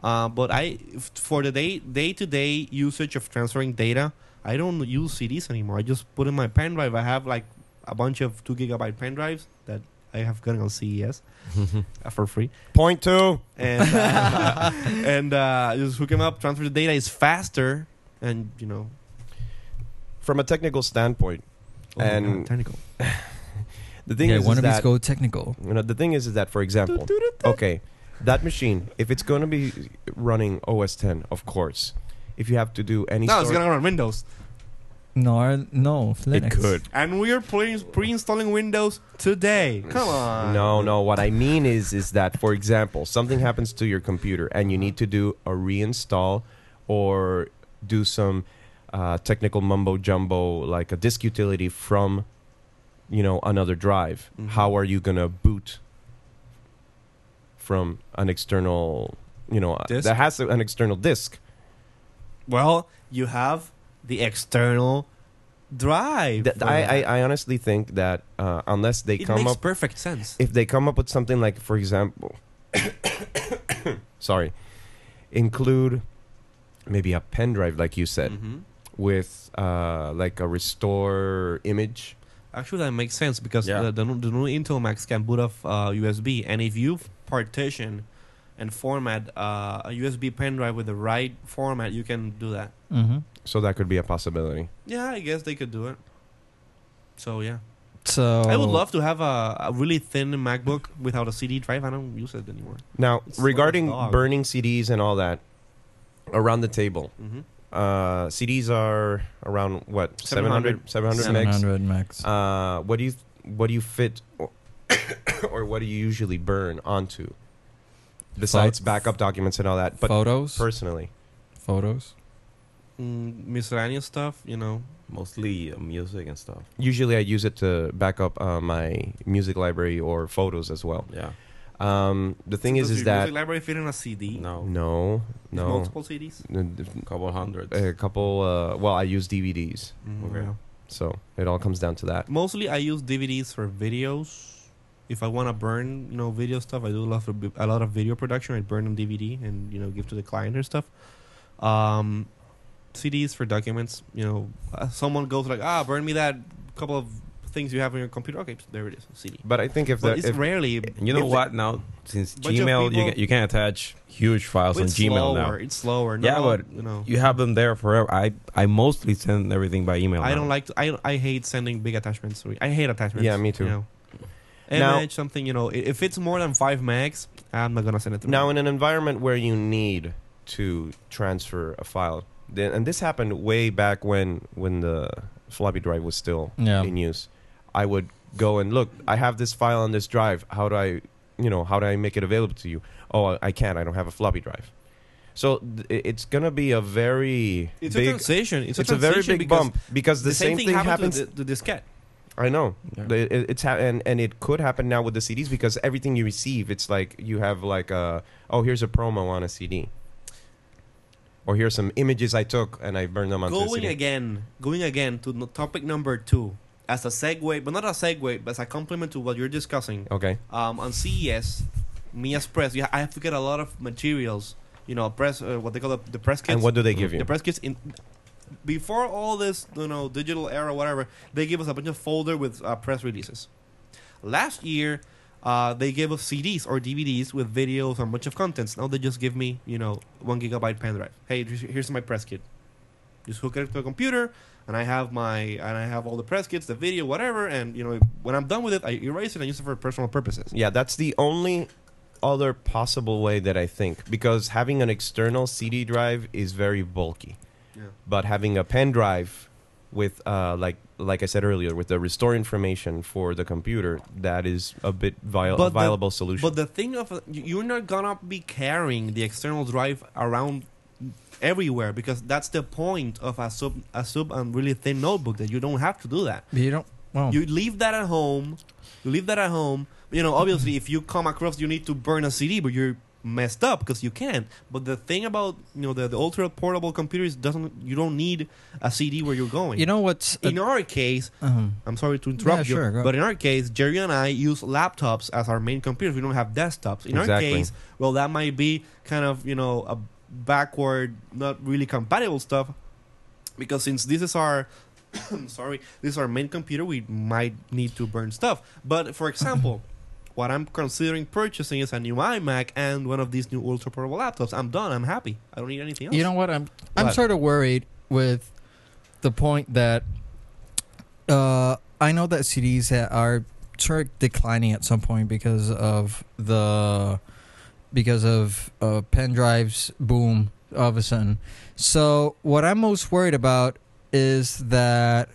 S4: Uh, but I f- for the day day to day usage of transferring data, I don't use CDs anymore. I just put in my pen drive. I have like a bunch of two gigabyte pen drives that I have gotten on CES uh, for free
S1: Point two.
S4: and uh, and uh, just hook them up. Transfer the data is faster, and you know,
S1: From a technical standpoint,
S4: oh my
S1: And
S4: God, technical.
S1: the thing
S3: yeah,
S1: is,
S3: one
S1: is
S3: of these
S1: that-
S3: go technical.
S1: You know, the thing is, is that for example, okay, that machine, if it's going to be running OS 10, of course, if you have to do any
S4: No, it's
S1: sort-
S4: gonna run Windows,
S3: No, I- no, Linux.
S5: It could.
S4: and we are pre- pre-installing Windows today. Come on.
S1: no, no. What I mean is, is that for example, something happens to your computer and you need to do a reinstall or do some uh, technical mumbo jumbo like a disk utility from, you know, another drive.
S4: Mhm.
S1: How are you gonna boot from an external, you know, uh,
S4: Disk?
S1: that has an external disk?
S4: Well, you have the external drive.
S1: Th-
S4: for
S1: I, I,
S4: that.
S1: I honestly think that uh, unless they
S4: it
S1: come
S4: makes
S1: up
S4: perfect sense.
S1: if they come up with something like, for example, [coughs] sorry, include maybe a pen drive, like you said,
S4: Mhm.
S1: with uh, like a restore image.
S4: Actually, that makes sense because
S5: Yeah.
S4: the, the, new- the new Intel Max can boot off uh, USB, and if you partition and format uh, a USB pen drive with the right format, you can do that.
S3: Mm-hmm.
S1: So that could be a possibility.
S4: Yeah, I guess they could do it. So yeah,
S3: So
S4: I
S1: Oh.
S4: would love to have a, a really thin MacBook without a CD drive. I don't use it anymore.
S1: Now,
S4: It's like a
S1: regarding
S4: dog.
S1: burning CDs and all that, around the table,
S4: Mm-hmm.
S1: uh, CDs are around what
S4: 700.
S1: 700, 700, 700 megs.
S3: 700 max.
S1: Uh, what do you what do you fit or, [coughs] or what do you usually burn onto? Besides backup documents and all that, but
S3: photos,
S1: personally.
S3: photos.
S4: Mm, miscellaneous stuff, you know.
S5: [laughs] mostly uh, music and stuff?
S1: Usually, I use it to back up uh, my music library or photos as well.
S5: Yeah.
S1: Um, the thing is, is
S4: Does your
S1: that
S4: music library fit in a CD?
S5: No.
S1: no,
S4: With
S1: no,
S4: multiple CDs.
S5: Couple hundred.
S1: a couple. Uh, well, I use DVDs,
S4: Mm,
S5: Okay.
S4: yeah.
S1: so it all comes down to that.
S4: Mostly, I use DVDs for videos. If I want to burn, you know, video stuff, I do a lot of a lot of video production. I burn them DVD and you know give to the client or stuff. Um, CDs for documents. You know, uh, someone goes like, ah, burn me that couple of things you have on your computer. Okay, there it is, CD.
S1: But I think if
S4: But
S1: that,
S4: it's
S1: if,
S4: rarely.
S5: You know
S4: if-
S5: what? Now since
S4: Bunch of
S5: Gmail, you
S4: people-
S5: can, you can attach huge files
S4: But
S5: on
S4: it's
S5: Gmail
S4: slower.
S5: now.
S4: It's slower.
S5: Yeah,
S4: No,
S5: but
S4: you know,
S5: You have them there forever. I I mostly send everything by email.
S4: I
S5: now.
S4: don't like. To, I I hate sending big attachments. to- I hate attachments.
S1: Yeah, me too.
S4: You know.
S1: Now-
S4: MH something you know. i- If it's more than five megs, I'm not gonna send it to
S1: now in an environment where you need to transfer a file, then, and this happened way back when when the floppy drive was still
S3: Yeah.
S1: in use, I would go and look. I have this file on this drive. How do I you know, how do I make it available to you? Oh, I- I can't. I don't have a floppy drive. So th- i- it's gonna be a very
S4: It's a
S1: big.
S4: transition. It's,
S1: it's, a, very
S4: transition
S1: big
S4: because
S1: bump because the, same, thing, happens.
S4: to the, the diskette.
S1: I know
S5: Yeah.
S1: The- it, it's ha- and and it could happen now with the CDs because everything you receive, it's like you have like a oh here's a promo on a CD, or here's some images I took and I burned them onto the
S4: Going
S1: CD.
S4: again, going again to no- topic number two as a segue, but not a segue, but as a complement to what you're discussing.
S1: Okay,
S4: Um, on CES, me as press, you ha- I have to get a lot of materials. You know, press uh, what they call the, the press kits.
S1: and what do they give you?
S4: The press kits in before all this, you know, digital era, whatever. They gave us a bunch of folder with uh, press releases. Last year, uh, they gave us CDs or DVDs with videos and a bunch of contents. Now they just give me, you know, one gigabyte pen drive. Hey, just- here's my press kit. Just hook it up to a computer, and I have my and I have all the press kits, the video, whatever. And you know, when I'm done with it, I erase it and use it for personal purposes.
S1: Yeah, that's the only other possible way that I think because having an external CD drive is very bulky,
S4: Yeah.
S1: but having a pen drive with uh, like like I said earlier with the restore information for the computer that is a bit viable
S4: But the-
S1: viable solution.
S4: But the thing of you- you're not gonna be carrying the external drive around everywhere because that's the point of a sub a sub and really thin notebook that you don't have to do that.
S3: You don't. Well,
S4: You leave that at home. You leave that at home. You know, obviously, if you come across, you need to burn a CD, but you're messed up because you can't. But the thing about you know the, the ultra portable computers doesn't you don't need a CD where you're going.
S3: you know what's
S4: in our case,
S3: um,
S4: I'm sorry to interrupt
S3: Yeah, sure,
S4: you,
S3: go-
S4: but in our case, Jerry and I use laptops as our main computers. We don't have desktops. In
S1: Exactly.
S4: our case, well, that might be kind of you know a backward, not really compatible stuff, because since this is our [coughs] sorry, this is our main computer, we might need to burn stuff. But for
S3: [laughs]
S4: example. What I'm considering purchasing is a new iMac and one of these new ultra portable laptops. I'm done. I'm happy. I don't need anything else.
S3: You know what? I'm I'm
S4: What?
S3: sort of worried with the point that uh, I know that CDs ha- are sort of declining at some point because of the because of uh, pen drives boom all of a sudden. So what I'm most worried about is that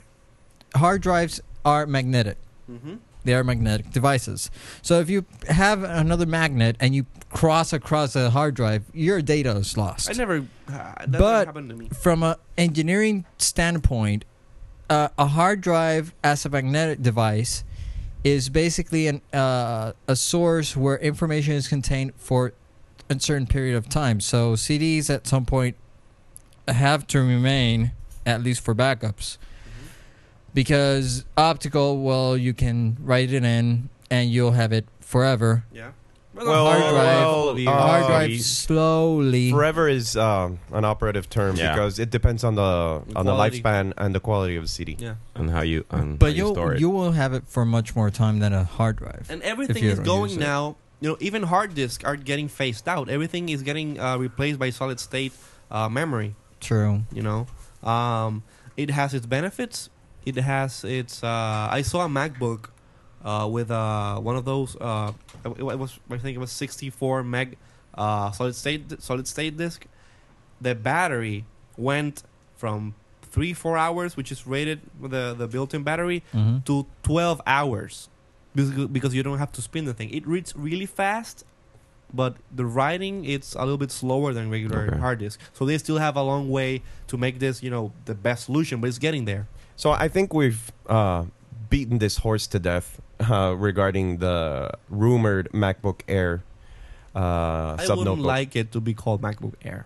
S3: hard drives are magnetic.
S4: hmm
S3: They are magnetic devices. So if you have another magnet and you cross across a hard drive, your data is lost
S4: I never. [sighs] Uh, that never
S3: But-
S4: happened to me.
S3: from an engineering standpoint, uh, a hard drive as a magnetic device is basically an, uh, a source where information is contained for a certain period of time. So CDs at some point have to remain, at least for backups. Because optical, well, you can write it in and you'll have it forever.
S4: Yeah.
S1: Well,
S3: hard drive-
S1: Uh,
S3: hard drive
S1: geez.
S3: slowly.
S1: Forever is um, an operative term
S5: Yeah.
S1: because it depends on the on the
S4: Quality.
S1: lifespan and the quality of the CD.
S4: Yeah.
S5: and how you and
S3: But
S5: how you
S3: you'll
S5: store it.
S3: you will have it for much more time than a hard drive.
S4: and everything
S3: you
S4: is
S3: don't
S4: going
S3: use it.
S4: now. You know, even hard disks are getting phased out. Everything is getting uh, replaced by solid state uh, memory.
S3: True.
S4: You know, um, it has its benefits. It has its. Uh, I saw a MacBook uh, with uh, one of those. Uh, it, it was I think it was 64 meg uh, solid state solid state disk. The battery went from three four hours, which is rated with the the built-in battery,
S3: hmm
S5: Mm-hmm.
S4: to 12 hours because because you don't have to spin the thing. It reads really fast, but the writing it's a little bit slower than regular
S5: Okay.
S4: hard disk. So they still have a long way to make this, you know, the best solution, but it's getting there.
S1: So I think we've uh, beaten this horse to death uh, regarding the rumored MacBook Air uh,
S4: I
S1: sub
S4: wouldn't
S1: notebook.
S4: like it to be called MacBook Air.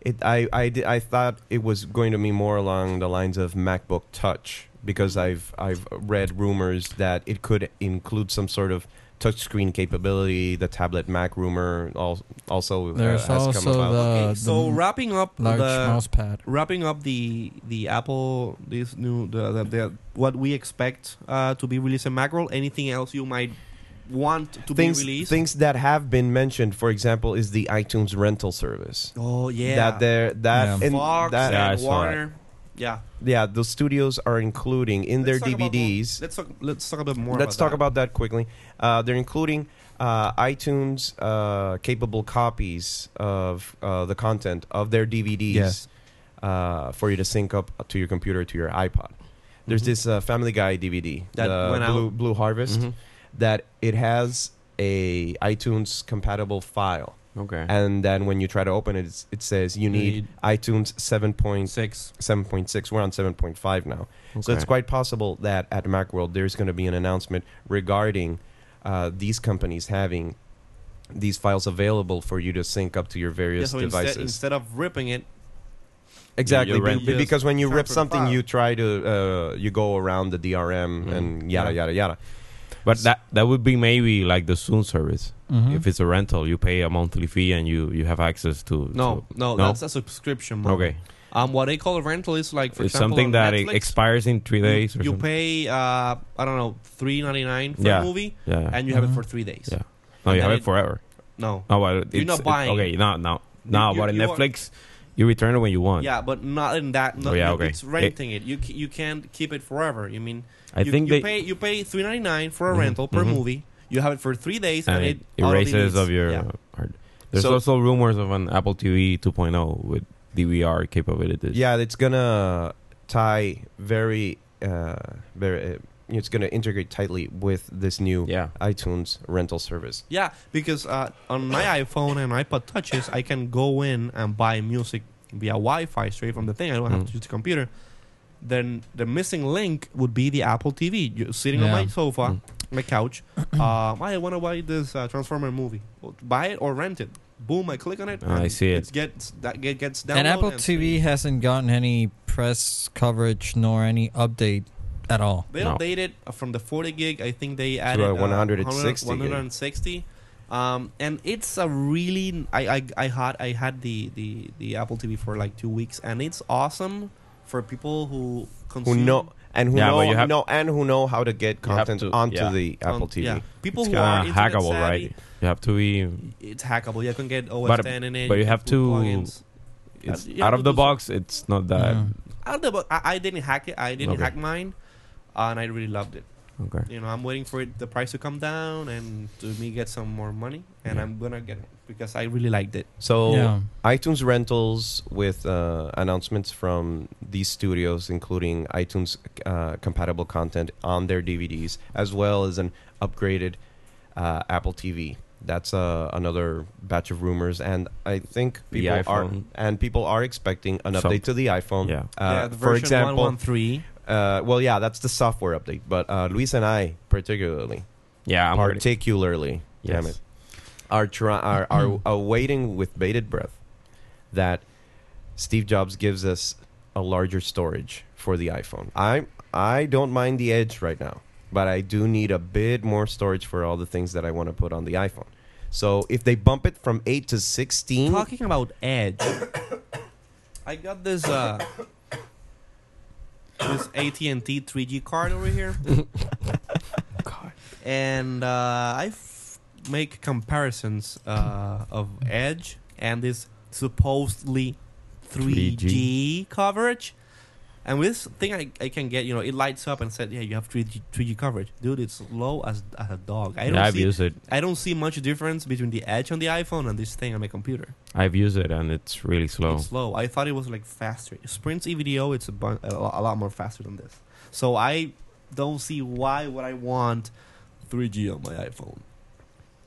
S1: it, I I, di- I thought it was going to be more along the lines of MacBook Touch because I've I've read rumors that it could include some sort of touchscreen capability. The tablet Mac rumor al- also uh,
S3: There's
S1: has come
S3: also
S1: about.
S3: the,
S4: okay, so
S3: the
S4: wrapping up
S3: large
S4: the
S3: mouse pad.
S4: wrapping up the the Apple this new the, the, the what we expect uh, to be released in Mackerel. Anything else you might want to
S1: things
S4: be released?
S1: things that have been mentioned, for example, is the iTunes rental service.
S4: oh yeah,
S1: That there that
S3: Yeah.
S1: and
S4: Fox
S1: that
S5: Yeah, I
S4: and
S5: saw
S4: Warner. Yeah,
S1: yeah, the studios are including in
S4: Let's
S1: their
S4: talk about more-
S1: DVDs.
S4: let's talk. Let's talk a bit more.
S1: Let's
S4: about
S1: talk about that quickly. Uh, they're including uh, iTunes uh, capable copies of uh, the content of their DVDs
S4: Yes.
S1: uh, for you to sync up to your computer to your iPod. There's
S4: Mhm.
S1: this uh, Family Guy DVD,
S4: That
S1: the
S4: went Mm-hmm.
S5: Mm-hmm.
S1: Blue, Blue Harvest,
S5: Mhm.
S1: that it has a iTunes compatible file,
S5: Okay.
S4: Mm-hmm.
S1: and then when you try to open it, it's, it says you
S5: You
S1: need,
S5: need-
S1: iTunes seven point
S4: Six.
S1: seven point six. We're on seven point five now, so it's
S5: Okay.
S1: quite possible that at Macworld there's going to be an announcement regarding uh, these companies having these files available for you to sync up to your
S4: Yeah,
S1: various
S4: so
S1: devices.
S4: instead, instead of ripping it,
S1: Exactly,
S5: You
S1: be-
S5: rent
S1: be-
S4: it.
S1: because when you rip
S4: Transfer the
S1: something,
S4: file.
S1: you try to uh, you go around the DRM
S5: Mm.
S1: and yada
S5: Yeah.
S1: yada yada.
S5: But that that would be maybe like the Zoom service.
S4: Hmm?
S3: Mhm.
S5: If it's a rental, you pay a monthly fee and you you have access to
S4: no, no,
S5: No?
S4: that's a subscription.
S5: to-
S4: model.
S5: okay.
S4: Um, what they call a rental is like, for
S5: it's
S4: example,
S5: something
S4: on
S5: that
S4: Netflix,
S5: expires in three
S4: you-
S5: days. or
S4: You,
S5: something.
S4: pay, uh, I don't know, three ninety nine for
S5: Yeah.
S4: a movie,
S5: Yeah.
S4: and you have
S1: Uh-huh.
S4: it
S3: Mhm.
S4: for three days.
S5: Yeah. no, you
S4: and
S5: have
S4: then
S5: it forever.
S4: No,
S5: No, but it's,
S4: You're not
S5: it-
S4: buying.
S5: okay, no, no, no.
S4: you-
S5: But in
S4: you are-
S5: Netflix, you return it when you want.
S4: yeah, but not in that. Not,
S5: Oh, yeah,
S4: no,
S5: okay.
S4: It's renting it. You c- you can't keep it forever. You mean
S5: I
S4: you,
S5: think
S4: you
S5: they
S4: pay you pay three ninety nine for a
S5: Mhm,
S4: rental per
S5: mhm.
S4: movie. You have it for three days,
S5: and
S4: and,
S5: it
S4: all they
S5: erases
S4: needs-
S5: of your
S4: yeah.
S5: hard- There's
S1: So-
S5: also rumors of an Apple TV 2.0 with DVR capabilities.
S1: Yeah, it's gonna tie very uh, very. Uh, it's gonna integrate tightly with this new
S5: yeah.
S1: iTunes rental service.
S4: Yeah, because uh, on my iPhone and iPod touches, I can go in and buy music via Wi-Fi straight from the thing. I don't have to
S5: Mm.
S4: use the computer. Then the missing link would be the Apple TV. You, sitting on my
S3: Yeah.
S4: sofa, my couch. um, I want to buy this uh, Transformer movie. Well, buy it or rent it. Boom! I click on it.
S5: Ah, I
S4: and
S5: see it.
S4: gets that get, gets downloaded.
S3: And Apple TV hasn't gotten any press coverage nor any update at all.
S4: They
S5: No.
S4: updated from the 40 gig. I think they added
S1: a
S4: uh,
S1: 160 gig.
S4: 160. Um, and it's a really I, I I had I had the the the Apple TV for like two weeks, and it's awesome for people who
S1: Who
S4: consume
S1: know and who
S5: Yeah,
S1: know,
S5: but you have-
S1: know and who know how to get
S5: have
S1: content
S5: to-
S1: onto
S5: yeah.
S1: the
S4: on-
S1: Apple TV.
S4: Yeah, people
S5: It's
S4: who are
S5: kind of
S4: internet
S5: hackable,
S4: savvy,
S5: right? You have to be
S4: It's hackable. You can get OS
S5: But-
S4: 10 in it.
S5: but you
S4: can
S5: have
S4: put
S5: to-
S4: plugins.
S5: it's
S4: you have
S5: out
S4: to
S5: of the
S4: do some-
S5: box. It's not that
S3: Yeah.
S4: I don't know, but I, I didn't hack it. I didn't
S5: Okay.
S4: hack mine, uh, and I really loved it.
S5: okay.
S4: you know, I'm waiting for it, the price to come down and to me get some more money, and
S5: Yeah.
S4: I'm gonna get it because I really liked it.
S1: So
S3: Yeah.
S1: iTunes rentals with uh, announcements from these studios, including iTunes uh, compatible content on their DVDs, as well as an upgraded uh, Apple TV. That's uh, another batch of rumors, and I think
S5: The
S1: people are
S5: iPhone.
S1: and people are expecting an
S5: Some-
S1: update to the iPhone.
S5: Yeah.
S1: Uh, for example,
S4: 113.
S1: uh, well, yeah, that's the software update. But uh, Luis and I, particularly,
S5: Yeah. I'm ready.
S1: particularly, damn it,
S5: Yes.
S1: are try are, are
S5: Mm-hmm.
S1: awaiting with bated breath that Steve Jobs gives us a larger storage for the iPhone. I I don't mind the Edge right now, but I do need a bit more storage for all the things that I want to put on the iPhone. So if they bump it from 8 to 16,
S4: Talking about Edge, [coughs] I got this uh this AT&T 3G card over here, and uh, I f- make comparisons uh, of Edge and this supposedly 3G,
S5: 3G.
S4: coverage. And with this thing I, I can get, you know, it lights up and said, "Yeah, you have 3G, 3G coverage, dude. It's low as, as a dog. I don't
S5: Yeah, I've
S4: see
S5: used it.
S4: I don't see much difference between the Edge on the iPhone and this thing on my computer.
S5: I've used it, and it's really slow.
S4: It's slow. I thought it was like faster. Sprint's E EVDO, it's a, bun- a, lo- a lot more faster than this. So I don't see why would I want 3G on my iPhone.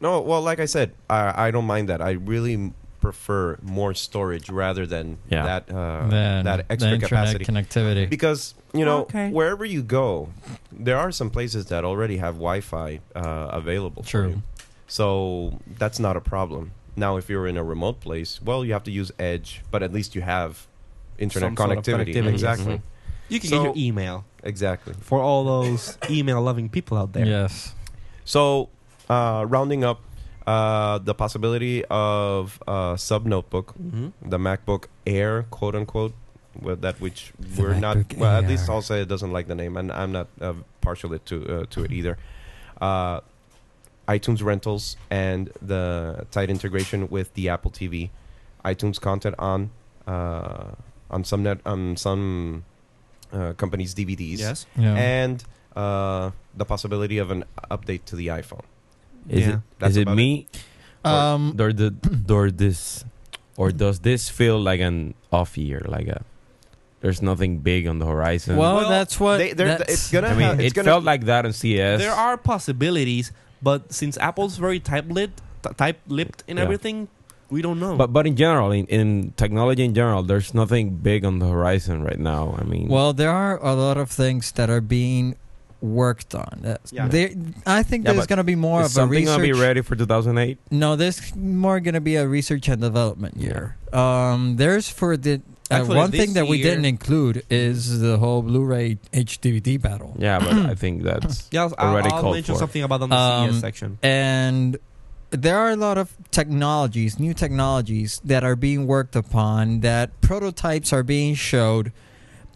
S1: no, well, like I said, I, I don't mind that. I really m- prefer more storage rather than
S5: Yeah.
S1: that uh,
S3: Then
S1: that extra
S3: the internet
S1: capacity.
S3: connectivity.
S1: because you know
S4: Okay.
S1: wherever you go there are some places that already have wi-fi uh, available for
S3: True.
S1: you. so that's not a problem now if you're in a remote place well you have to use edge but at least you have internet
S4: Some sort of
S1: connectivity.
S4: connectivity. Mm-hmm.
S1: exactly
S5: Mhm.
S4: You can
S1: So-
S4: get your email
S1: exactly
S4: for all those email loving people out there.
S3: Yes.
S1: so uh, rounding up uh, the possibility of a sub notebook
S4: Mhm.
S1: the macbook air quote unquote with that which
S3: The
S1: we're not
S3: MacBook
S1: well at
S3: Air.
S1: least also it doesn't like the name and i'm not uh, partial it to uh, to it either uh, itunes rentals and the tight integration with the apple tv itunes content on uh, on some net on some uh, companies dvds
S4: Yes.
S3: Yeah.
S1: and uh, the possibility of an update to the iphone
S5: Is
S4: Yeah.
S5: it?
S1: That's
S5: Is it
S1: about it.
S5: me?
S3: um,
S5: Or the or this or does this feel like an off year? Like a there's nothing big on the horizon.
S3: well,
S4: Well,
S3: that's what.
S1: they, they're- it's
S3: that's- [laughs]
S1: gonna
S5: I mean,
S1: have, it's
S5: it
S1: gonna
S5: felt like that on CS.
S4: There are possibilities, But since Apple's very tight lipped, tight lipped in
S5: Yeah.
S4: everything, we don't know.
S5: But but in general, in, in technology in general, there's nothing big on the horizon right now. I mean,
S3: Well, there are a lot of things that are being worked on. That's-
S4: Yeah.
S3: there- I think
S5: Yeah,
S3: there's
S5: but
S3: going to be more of
S5: is
S3: a
S5: something
S3: research.
S5: gonna be ready for 2008?
S3: No, there's more going to be a research and development year. Um, there's for the uh,
S4: Actually,
S3: one thing
S4: this
S3: that we
S4: year-
S3: didn't include is the whole Blu-ray HDVD battle.
S5: Yeah, but I
S3: [clears throat]
S5: think that's
S4: yeah, I'll,
S5: already
S4: I'll
S5: called
S4: mention
S5: for.
S4: something about on the
S3: Um,
S4: CES section.
S3: and there are a lot of technologies, new technologies that are being worked upon, that prototypes are being showed,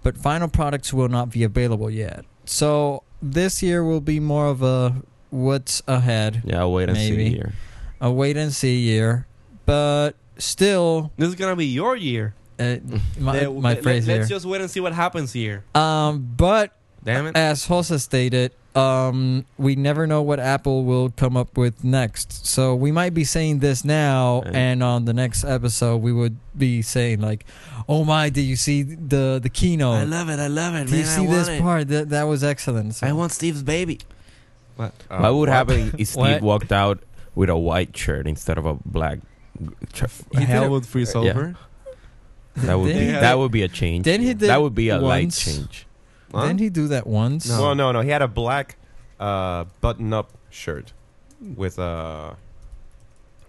S3: but final products will not be available yet. So this year will be more of a what's ahead,
S5: yeah. I'll wait and
S3: Maybe.
S5: see here.
S3: a wait and see year, but still,
S4: This is gonna be your year.
S3: uh, my,
S4: Mm. Let-
S3: my
S4: let-
S3: phrase
S4: Let's
S3: here.
S4: just wait and see what happens here.
S3: Um, but
S4: Damn it!
S3: as Jose stated, um, we never know what Apple will come up with next. So we might be saying this now,
S5: Right.
S3: and on the next episode, we would be saying like, "Oh my, did you see the the
S4: I
S3: keynote?
S4: love it. I love it,
S3: Did you
S4: man. I
S3: see
S4: want
S3: this
S4: it.
S3: part? That that was excellent." So-
S4: I want Steve's baby.
S1: Uh, what?
S5: what would
S3: [laughs]
S5: happen if Steve
S3: What?
S5: walked out with a white shirt instead of a black? shirt?
S3: He did it-
S4: would freeze
S5: Yeah. That would be
S3: Didn't
S4: he-
S5: that would be a change.
S3: didn't he did
S5: that would be a light
S3: once?
S5: change.
S1: Huh?
S3: Didn't he do that once?
S4: No.
S1: Well, no, no. He had a black uh, button-up shirt with a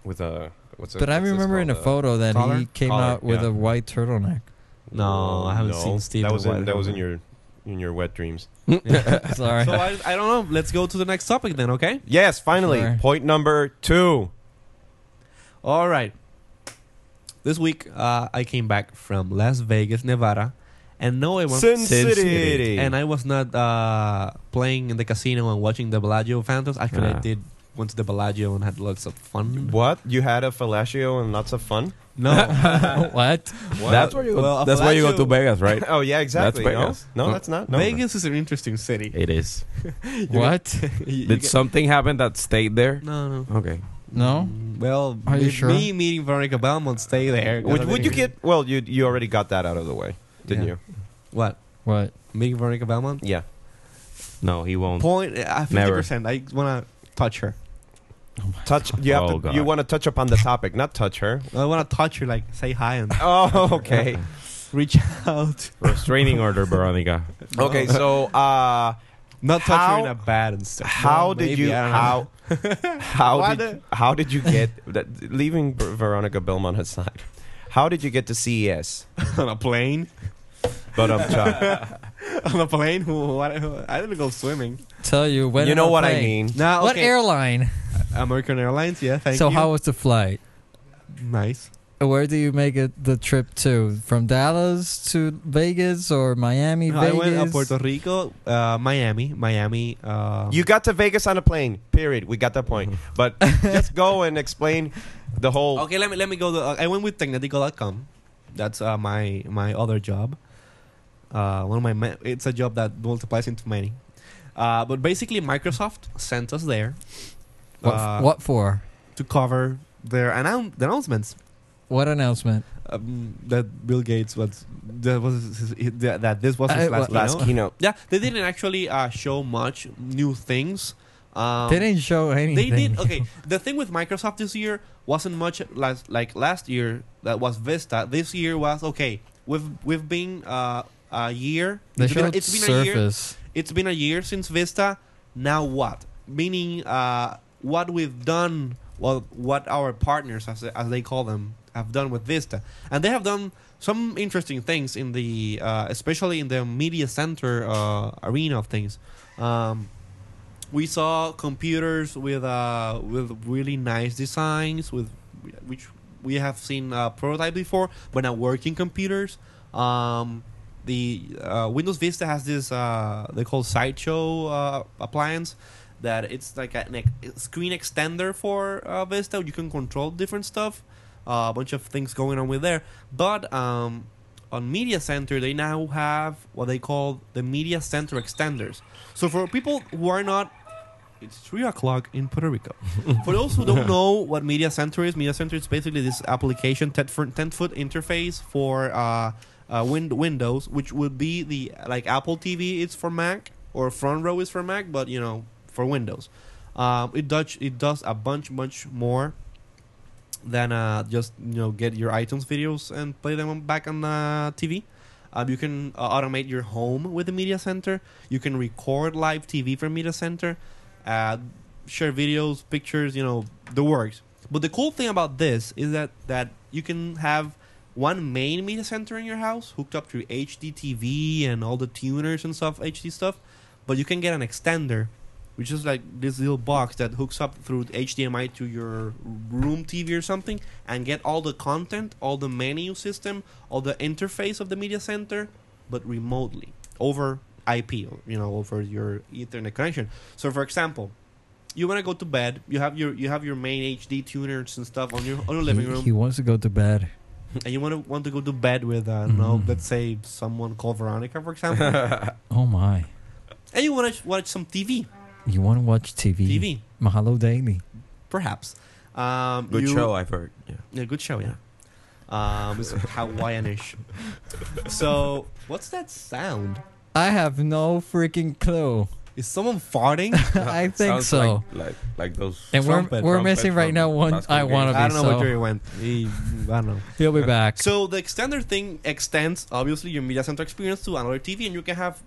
S1: with a what's it?
S3: But I
S1: what's this
S3: remember in a
S1: called? Uh,
S3: photo that
S4: collar?
S3: he came
S1: Collar,
S3: out with
S1: yeah.
S3: a white turtleneck.
S4: No, I haven't
S1: no,
S4: seen Steve.
S1: That was
S4: in a
S1: in,
S4: while.
S1: that was in your in your wet dreams.
S3: [laughs]
S4: [laughs]
S3: Sorry.
S4: So I, I don't know. Let's go to the next topic then. Okay.
S1: Yes, finally,
S3: Sure.
S1: point number two.
S4: All right. This week, uh, I came back from Las Vegas, Nevada, and no, I was
S1: Sin,
S5: Sin
S1: City.
S5: City.
S4: and I was not uh, playing in the casino and watching the Bellagio Phantoms. Actually, I
S5: Ah.
S4: did went to the Bellagio and had lots of fun.
S1: what you had a fellatio and lots of fun?
S4: No,
S3: what?
S5: that's where you go.
S4: well, a
S5: that's why you go to
S4: Bellagio-
S5: Vegas, right?
S1: [laughs] oh yeah, exactly.
S5: That's
S1: no,
S5: Vegas.
S1: no,
S5: Huh?
S1: that's not no.
S4: Vegas is an interesting city.
S5: [laughs] It is.
S3: What?
S4: You
S5: Did
S4: get-
S5: something happen that stayed there?
S4: no, no.
S5: Okay.
S3: No?
S4: Mm, Well,
S3: Are you
S4: me-
S3: sure?
S4: me meeting Veronica Belmont stay there.
S1: Would, would you get? Well, you you already got that out of the way, didn't
S4: Yeah.
S1: you?
S4: what?
S3: What?
S4: Meeting Veronica Belmont?
S1: Yeah.
S5: No, he won't.
S4: Point uh, fifty
S5: Never.
S4: percent. I wanna touch her.
S1: Touch. You have
S5: Oh,
S1: to.
S5: God.
S1: You want to touch upon the topic, not touch her. [laughs]
S4: I wanna touch her, like say hi [laughs] and
S1: Oh,
S4: [laughs]
S1: okay.
S4: reach out.
S5: [laughs] Restraining order, Veronica.
S1: Okay, so uh,
S4: Not touch her
S1: How-
S4: in a bad and stuff.
S1: how
S4: Well,
S1: did
S4: maybe,
S1: you
S4: I
S1: [laughs]
S4: don't
S1: how how
S4: Why
S1: did, how did you get [laughs] that, leaving Ver- Veronica Belmont aside? How did you get to CES?
S4: know. [laughs] on a plane?
S1: But um, [laughs] Chuck,
S4: [laughs] On a plane? Who, what, who, I didn't go swimming.
S3: Tell you when.
S1: you
S3: am
S1: know what I
S3: playing?
S1: mean.
S4: Now,
S3: What airline?
S4: American Airlines. Yeah, thank
S3: so
S4: you.
S3: how was the flight?
S4: nice?
S3: Where do you make it the trip to? From Dallas to Vegas or Miami?
S4: No, I
S3: Vegas.
S4: went to Puerto Rico, uh, Miami, Miami. Uh,
S1: You got to Vegas on a plane. Period. We got that [laughs] point. But just go and explain the whole.
S4: okay? Let me let me go. To, uh, I went with Technetico.com. That's uh, my my other job. Uh, one of my ma- it's a job that multiplies into many. Uh, but basically, Microsoft sent us there
S3: What,
S4: uh,
S3: what for?
S4: to cover their announ- the announcements.
S3: What announcement?
S4: um, that Bill Gates was that was his, his- that that this was
S3: I-
S4: his last,
S3: well-
S1: Last
S4: keynote.
S1: keynote.
S4: Yeah, they didn't actually uh, show much new things. Um,
S3: they didn't show
S4: They
S3: anything.
S4: did.
S3: [laughs]
S4: Okay, the thing with Microsoft this year wasn't much last like last year that was Vista. This year was okay. We've we've been uh, a year.
S3: They
S4: it's been,
S3: showed
S4: it's been a year.
S3: Surface.
S4: It's been a year since Vista. Now what? Meaning uh, what we've done, well, what our partners, as, as they call them, have done with Vista, and they have done some interesting things in the, uh, especially in the media center uh, arena of things. Um, we saw computers with uh, with really nice designs, with which we have seen uh, prototype before, but not working computers. Um, the uh, Windows Vista has this uh, they call Sideshow uh, appliance that it's like an ex- screen extender for uh, Vista. You can control different stuff, uh, a bunch of things going on with there. But um, on Media Center, they now have what they call the Media Center extenders. So for people who are not it's three o'clock in Puerto Rico. For those who don't know what Media Center is, Media Center is basically this application, 10 foot, 10 foot interface for uh, uh, win- Windows, which would be the like Apple TV is for Mac or Front Row is for Mac, but you know for Windows. Um, it does it does a bunch bunch more than uh, just you know get your iTunes videos and play them on- back on uh, TV. Um, you can uh, automate your home with the media center. You can record live TV from media center, uh, share videos, pictures, you know the works. But the cool thing about this is that that you can have one main media center in your house hooked up to HD TV and all the tuners and stuff, HD stuff. But you can get an extender which is like this little box that hooks up through HDMI to your room TV or something, and get all the content, all the menu system, all the interface of the media center, but remotely over IP, or, you know, over your Ethernet connection. So, for example, you want to go to bed, you have your you have your main HD tuners and stuff on your on your living
S3: He-
S4: room,
S3: He wants to go to bed.
S4: and you want to want to go to bed with uh, no,
S3: Mhm.
S4: let's say someone called Veronica,
S3: [laughs]
S4: for example,
S3: Oh my!
S4: and you want to watch some TV,
S3: You want to watch TV?
S4: TV,
S3: Mahalo Daily.
S4: perhaps. Um,
S5: Good
S4: you-
S5: show, I've heard. Yeah.
S4: Yeah, good show, yeah. Um,
S5: [laughs]
S4: it's Hawaiianish. so, what's that sound?
S3: I have no freaking
S4: [laughs]
S3: clue.
S4: Is someone farting?
S3: I think
S5: Sounds
S3: so.
S5: Like, like like those.
S3: and we're
S4: trumpet,
S3: we're
S5: trumpet
S3: missing right
S5: from
S3: now one.
S5: Baskin
S3: I
S5: Robbins.
S3: want to
S4: I
S3: be
S4: don't know where
S3: so.
S4: Jerry went. He, I don't know.
S3: He'll be back.
S4: [laughs] So the extender thing extends obviously your media center experience to another TV, and you can have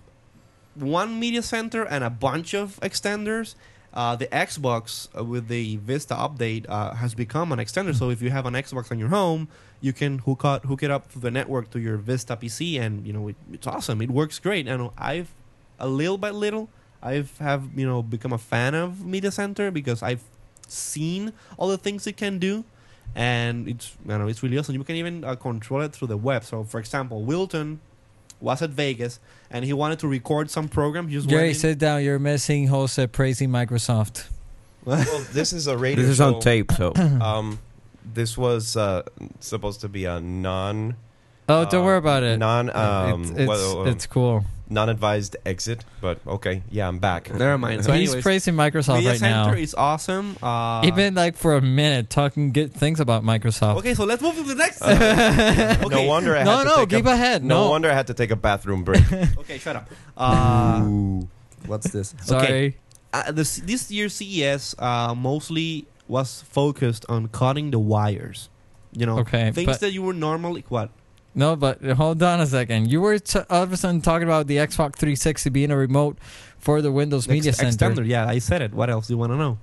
S4: one media center and a bunch of extenders. Uh, the Xbox uh, with the Vista update uh, has become an extender, so if you have an Xbox on your home, you can hook up, hook it up through the network to your Vista PC, and you know it, it's awesome. It works great, and I've a little by little I've have you know become a fan of media center because I've seen all the things it can do and it's you know it's really awesome. You can even uh, control it through the web. So, for example, Wilton was at Vegas and he wanted to record some program. He just
S3: Jerry,
S4: went in-
S3: sit down. You're missing Jose praising Microsoft.
S1: [laughs] well, this is a radio.
S5: This is
S1: show.
S5: on tape, [coughs] so
S1: Um, this was uh, supposed to be a non
S3: Oh, don't
S1: Uh,
S3: worry about it.
S1: non um,
S3: it's, it's,
S1: well, um,
S3: it's cool.
S1: non advised exit, but okay, yeah, I'm back.
S4: Never mind. So,
S3: He's
S4: anyways,
S3: praising Microsoft
S4: media
S3: right
S4: center
S3: now.
S4: is awesome. Uh,
S3: He's been like for a minute talking good things about Microsoft.
S4: okay, so let's move to the next.
S1: Uh,
S4: [laughs]
S1: No
S4: okay.
S1: wonder I
S3: [laughs] No,
S1: had to
S3: no,
S1: take
S3: keep
S1: a,
S3: ahead.
S1: no.
S3: No.
S1: wonder I had to take a bathroom break.
S4: okay, shut up. Uh, what's this?
S3: Sorry.
S4: Okay. uh, this this year's CES uh, mostly was focused on cutting the wires. You know,
S3: Okay,
S4: things
S3: but-
S4: that you were normally what
S3: No, but hold on a second. You were t- all of a sudden talking about the Xbox 360 being a remote for the Windows Media
S4: Ex-
S3: Center.
S4: extender. Yeah, I said it. What else do you want to know?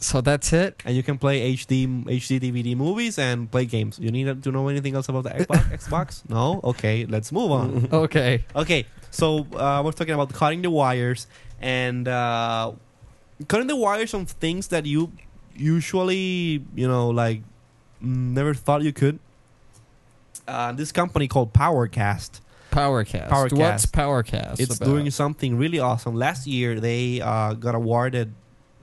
S3: So that's
S4: [laughs]
S3: it.
S4: and you can play HD HD DVD movies and play games. You need to know anything else about
S3: [laughs]
S4: the Xbox? Xbox? No. Okay, let's move on.
S3: Okay.
S4: Okay, so uh, we're talking about cutting the wires and uh, cutting the wires on things that you usually, you know, like mm, never thought you could. Uh, this company called PowerCast.
S3: Powercast.
S4: Powercast.
S3: What's Powercast?
S4: It's
S3: about?
S4: doing something really awesome. Last year, they uh, got awarded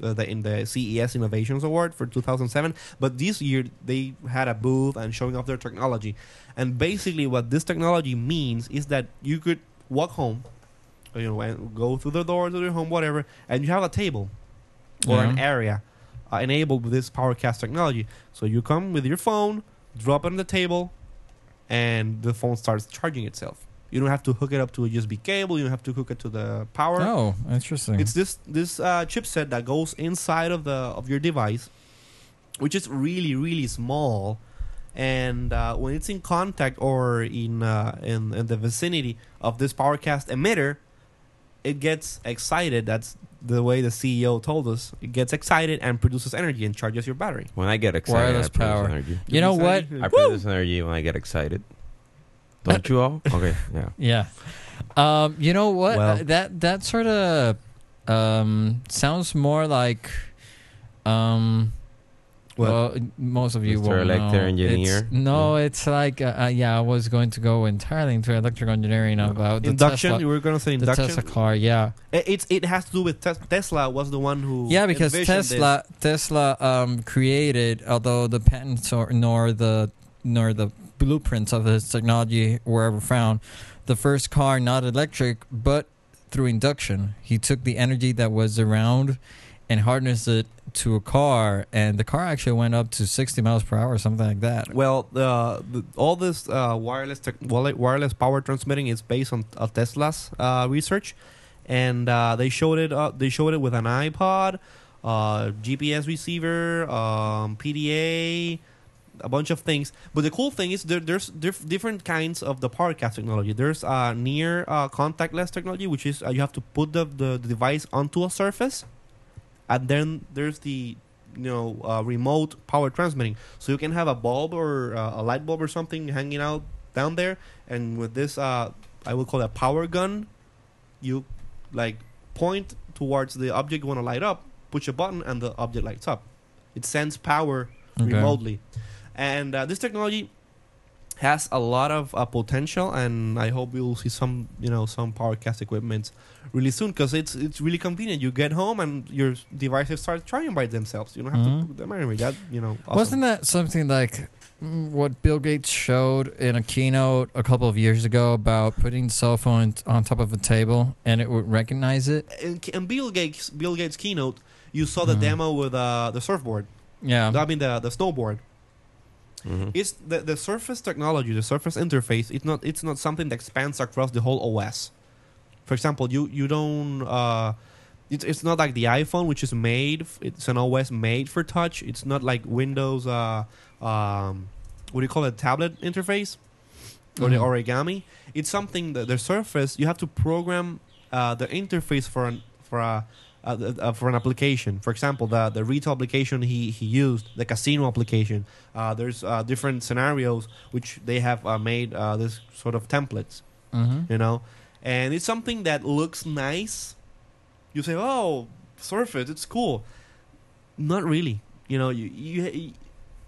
S4: uh, the, in the CES Innovations Award for 2007, but this year they had a booth and showing off their technology. And basically, what this technology means is that you could walk home, you know, and go through the door to your home, whatever, and you have a table or an
S3: Yeah.
S4: area uh, enabled with this PowerCast technology. So you come with your phone, drop it on the table, and the phone starts charging itself. You don't have to hook it up to a USB cable. You don't have to hook it to the power.
S3: Oh, interesting.
S4: It's this this uh, chipset that goes inside of the of your device, which is really really small, and uh, when it's in contact or in uh, in in the vicinity of this PowerCast emitter, it gets excited. That's the way the CEO told us. It gets excited and produces energy and charges your battery.
S5: when I get excited,
S3: Wireless
S5: I produce
S3: power.
S5: energy.
S3: you know what?
S5: I produce energy when I get excited. Don't you [laughs] all? Okay, yeah.
S3: Yeah. Um, you know what?
S4: Well-
S3: Uh, that that sort of um, sounds more like um,
S4: What?
S3: well, most of you
S5: Mr.
S3: will
S5: Electric Engineer?
S3: It's, no, it's like uh, uh, yeah, I was going to go entirely into electric engineering
S5: No.
S3: about the
S4: Induction.
S3: Tesla,
S4: you were gonna say
S3: the
S4: induction.
S3: Tesla car. Yeah,
S4: It- It's it has to do with tes- Tesla was the one who
S3: yeah, because
S4: envisioned this.
S3: Tesla Tesla um, created, although the patents or, nor the nor the blueprints of his technology were ever found, the first car not electric but through induction. He took the energy that was around and harnessed it to a car, and the car actually went up to sixty miles per hour or something like that.
S4: Well, uh, the, all this uh, wireless tech, wile- wireless power transmitting is based on uh, Tesla's uh, research, and uh, they showed it. Uh, they showed it with an iPod. uh, GPS receiver, um, PDA, a bunch of things. But the cool thing is there, there's diff- different kinds of the PowerCast technology. There's uh, near uh, contactless technology, which is uh, you have to put the, the, the device onto a surface, and then there's the you know uh, remote power transmitting. So you can have a bulb or uh, a light bulb or something hanging out down there, and with this, uh, I would call it a power gun. You like point towards the object you want to light up, push a button, and the object lights up. It sends power
S3: Okay.
S4: remotely. And uh, this technology has a lot of uh, potential, and I hope we'll see some, you know, some PowerCast equipment really soon because it's it's really convenient. You get home and your devices start charging by themselves. You don't have to
S3: Mhm.
S4: put them anywhere. That you know, awesome.
S3: Wasn't that something like mm, what Bill Gates showed in a keynote a couple of years ago about putting the cell phone on top of a table and it would recognize it?
S4: in, in Bill Gates Bill Gates keynote, you saw the
S3: Mhm.
S4: demo with uh, the surfboard.
S3: Yeah.
S4: I mean the the snowboard.
S5: Mhm.
S4: It's the, the surface technology, the surface interface. It's not it's not something that spans across the whole OS. For example, you you don't. Uh, it's it's not like the iPhone, which is made. f- It's an OS made for touch. It's not like Windows. Uh, um, what do you call it? Tablet interface, or the
S3: Mhm.
S4: origami. It's something that the surface. You have to program uh, the interface for an for a. Uh, th- uh, for an application, for example, the the retail application he, he used, the casino application, uh, there's uh, different scenarios which they have uh, made uh, this sort of templates
S3: Mhm.
S4: you know and it's something that looks nice you say oh surface it's cool not really you know you, you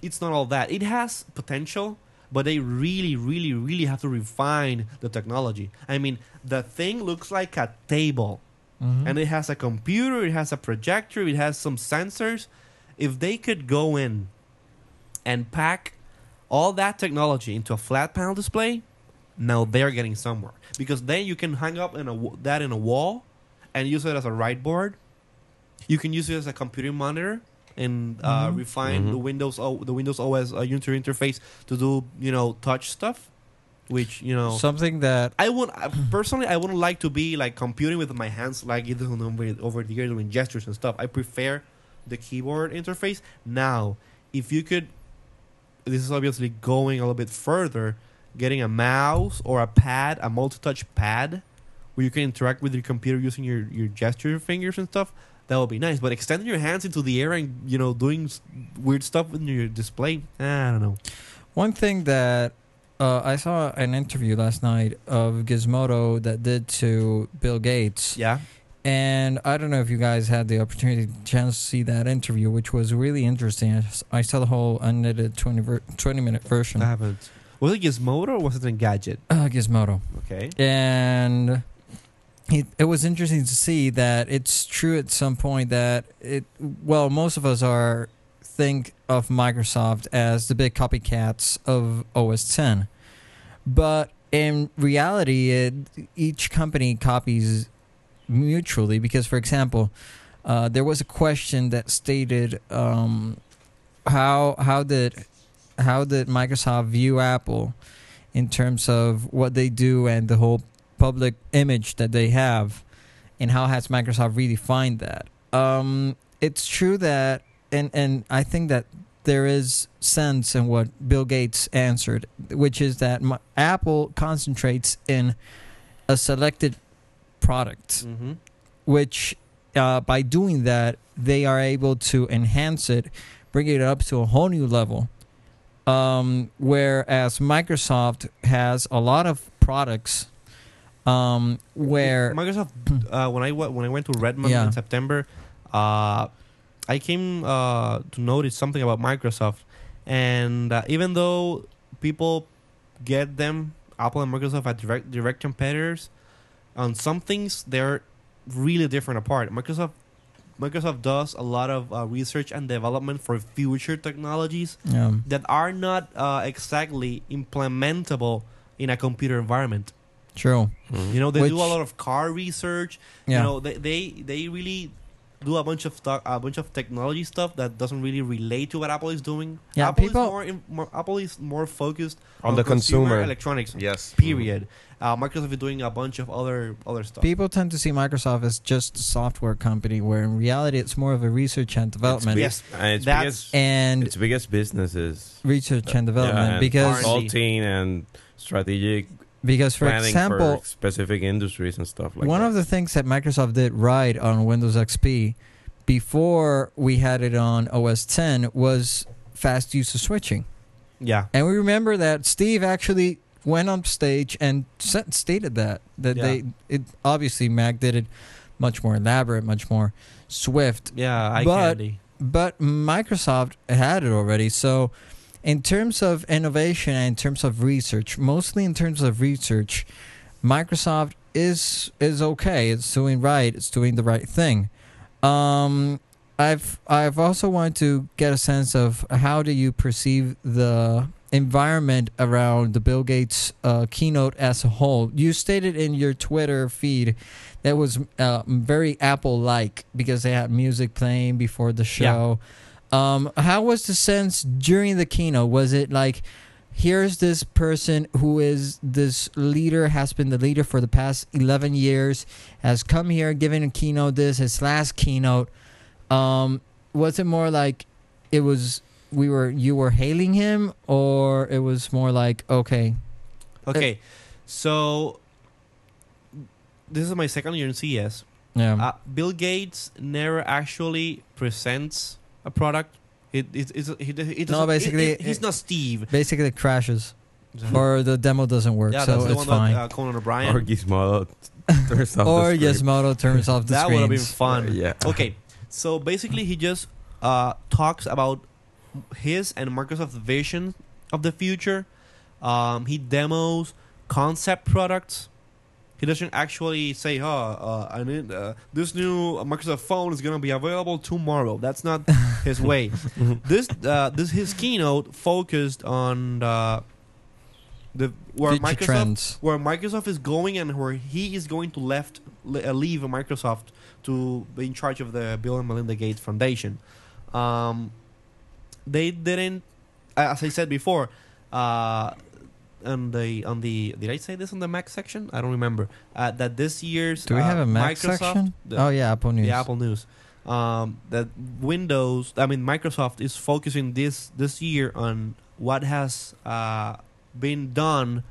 S4: it's not all that it has potential but they really really really have to refine the technology i mean the thing looks like a table
S3: Mhm.
S4: and it has a computer, it has a projector, it has some sensors. If they could go in and pack all that technology into a flat panel display, now they're getting somewhere because then you can hang up in a w- that in a wall and use it as a write board. You can use it as a computer monitor and uh,
S3: Mhm.
S4: refine the
S5: Mhm.
S4: Windows o- the Windows OS uh, user interface to do you know touch stuff, which you know
S3: Something that
S4: I would I- personally, I wouldn't like to be like computing with my hands, like either on over, over the years doing gestures and stuff. I prefer the keyboard interface. Now, if you could, this is obviously going a little bit further, getting a mouse or a pad, a multi-touch pad, where you can interact with your computer using your your gesture fingers and stuff. That would be nice. But extending your hands into the air and you know doing s- weird stuff in your display, I don't know.
S3: One thing that uh, I saw an interview last night of Gizmodo that did to Bill Gates,
S4: Yeah,
S3: and I don't know if you guys had the opportunity chance to see that interview, which was really interesting. I s- I saw the whole unedited 20, ver- 20 minute version.
S4: I haven't. Was it Gizmodo or was it Engadget?
S3: Uh, Gizmodo,
S4: [laughs] Okay.
S3: and it, it was interesting to see that it's true at some point that it. Well, most of us are think of Microsoft as the big copycats of OS 10. But in reality, it, each company copies mutually because, for example, uh, there was a question that stated um, how how did how did Microsoft view Apple in terms of what they do and the whole public image that they have, and how has Microsoft redefined that? Um, it's true that, and and I think that there is sense in what Bill Gates answered, which is that Mi- Apple concentrates in a selected product
S4: Mm-hmm.
S3: which uh, by doing that they are able to enhance it, bring it up to a whole new level. Um, whereas Microsoft has a lot of products um, where
S4: Microsoft, uh, when I wa- when I went to Redmond
S3: Yeah.
S4: in September, uh, I came uh, to notice something about Microsoft, and uh, even though people get them, Apple and Microsoft are direct direct competitors. On some things, they're really different apart. Microsoft. Microsoft does a lot of uh, research and development for future technologies
S3: yeah,
S4: that are not uh, exactly implementable in a computer environment.
S3: true,
S5: Mhm.
S4: You know, they
S3: Which-
S4: do a lot of car research,
S3: yeah,
S4: you know they, they they really do a bunch of th- a bunch of technology stuff that doesn't really relate to what Apple is doing.
S3: Yeah,
S4: Apple
S3: people-
S4: is more, in, more Apple is more focused
S1: On the consumer.
S4: electronics.
S1: Yes.
S4: Period. Uh, Microsoft is doing a bunch of other other stuff.
S3: People tend to see Microsoft as just a software company, where in reality it's more of a research and development.
S4: Yes,
S5: And its
S4: That's-
S5: biggest,
S3: And
S5: its biggest business is
S3: research and development,
S5: yeah, and
S3: because
S4: R&D.
S5: consulting and strategic
S3: because for
S5: planning
S3: example,
S5: for specific industries and stuff like
S3: one
S5: that.
S3: of the things that Microsoft did right on Windows XP before we had it on OS 10 was fast user switching.
S4: Yeah.
S3: And we remember that Steve actually went on stage and set, stated that that
S4: Yeah.
S3: they it obviously Mac did it much more elaborate, much more swift,
S4: Yeah. I
S3: But-
S4: candy.
S3: but Microsoft had it already. So, in terms of innovation and in terms of research, mostly in terms of research, Microsoft is is okay. It's doing right. It's doing the right thing. Um, I've I've also wanted to get a sense of how do you perceive the environment around the Bill Gates uh, keynote as a whole. You stated in your Twitter feed that was uh, very Apple-like because they had music playing before the show. Um, how was the sense during the keynote? Was it like here's this person who is this leader has been the leader for the past 11 years has come here given a keynote this his last keynote um was it more like it was we were you were hailing him or it was more like okay
S4: Okay. So this is my second year in CES.
S3: yeah
S4: Uh, Bill Gates never actually presents a product. It, it, it's, he, he doesn't-
S3: No, basically, eh,
S4: it- it- he's
S3: it-
S4: not Steve.
S3: basically it
S4: [laughs]
S3: crashes or the demo doesn't work
S4: yeah, that's
S3: so
S4: the
S3: it's
S4: one
S3: fine
S4: that uh, Conan
S5: or
S4: O'Brien. [laughs]
S5: Gizmodo turns off the
S3: or
S5: screen.
S3: Yasmodo turns off the
S4: That would have been
S3: screens.
S4: fun.
S5: Yeah.
S4: Okay, so basically, he just uh, talks about his and Microsoft's vision of the future. Um, he demos concept products. He doesn't actually say, "Oh, uh, I need, uh, this new Microsoft phone is gonna be available tomorrow."
S3: [laughs]
S4: That's not his way. this uh, this his keynote focused on the, the where
S3: Future
S4: Microsoft
S3: trends.
S4: where Microsoft is going and where he is going to left le- uh, leave Microsoft to be in charge of the Bill and Melinda Gates Foundation. Um, they didn't, as I said before, uh, on the on the did I say this on the Mac section? I don't remember. Uh, that this year's
S3: do we
S4: uh,
S3: have a Mac
S4: Microsoft,
S3: section?
S4: the-
S3: oh yeah, Apple News.
S4: the Apple News. Um, that Windows, I mean Microsoft, is focusing this this year on what has uh, been done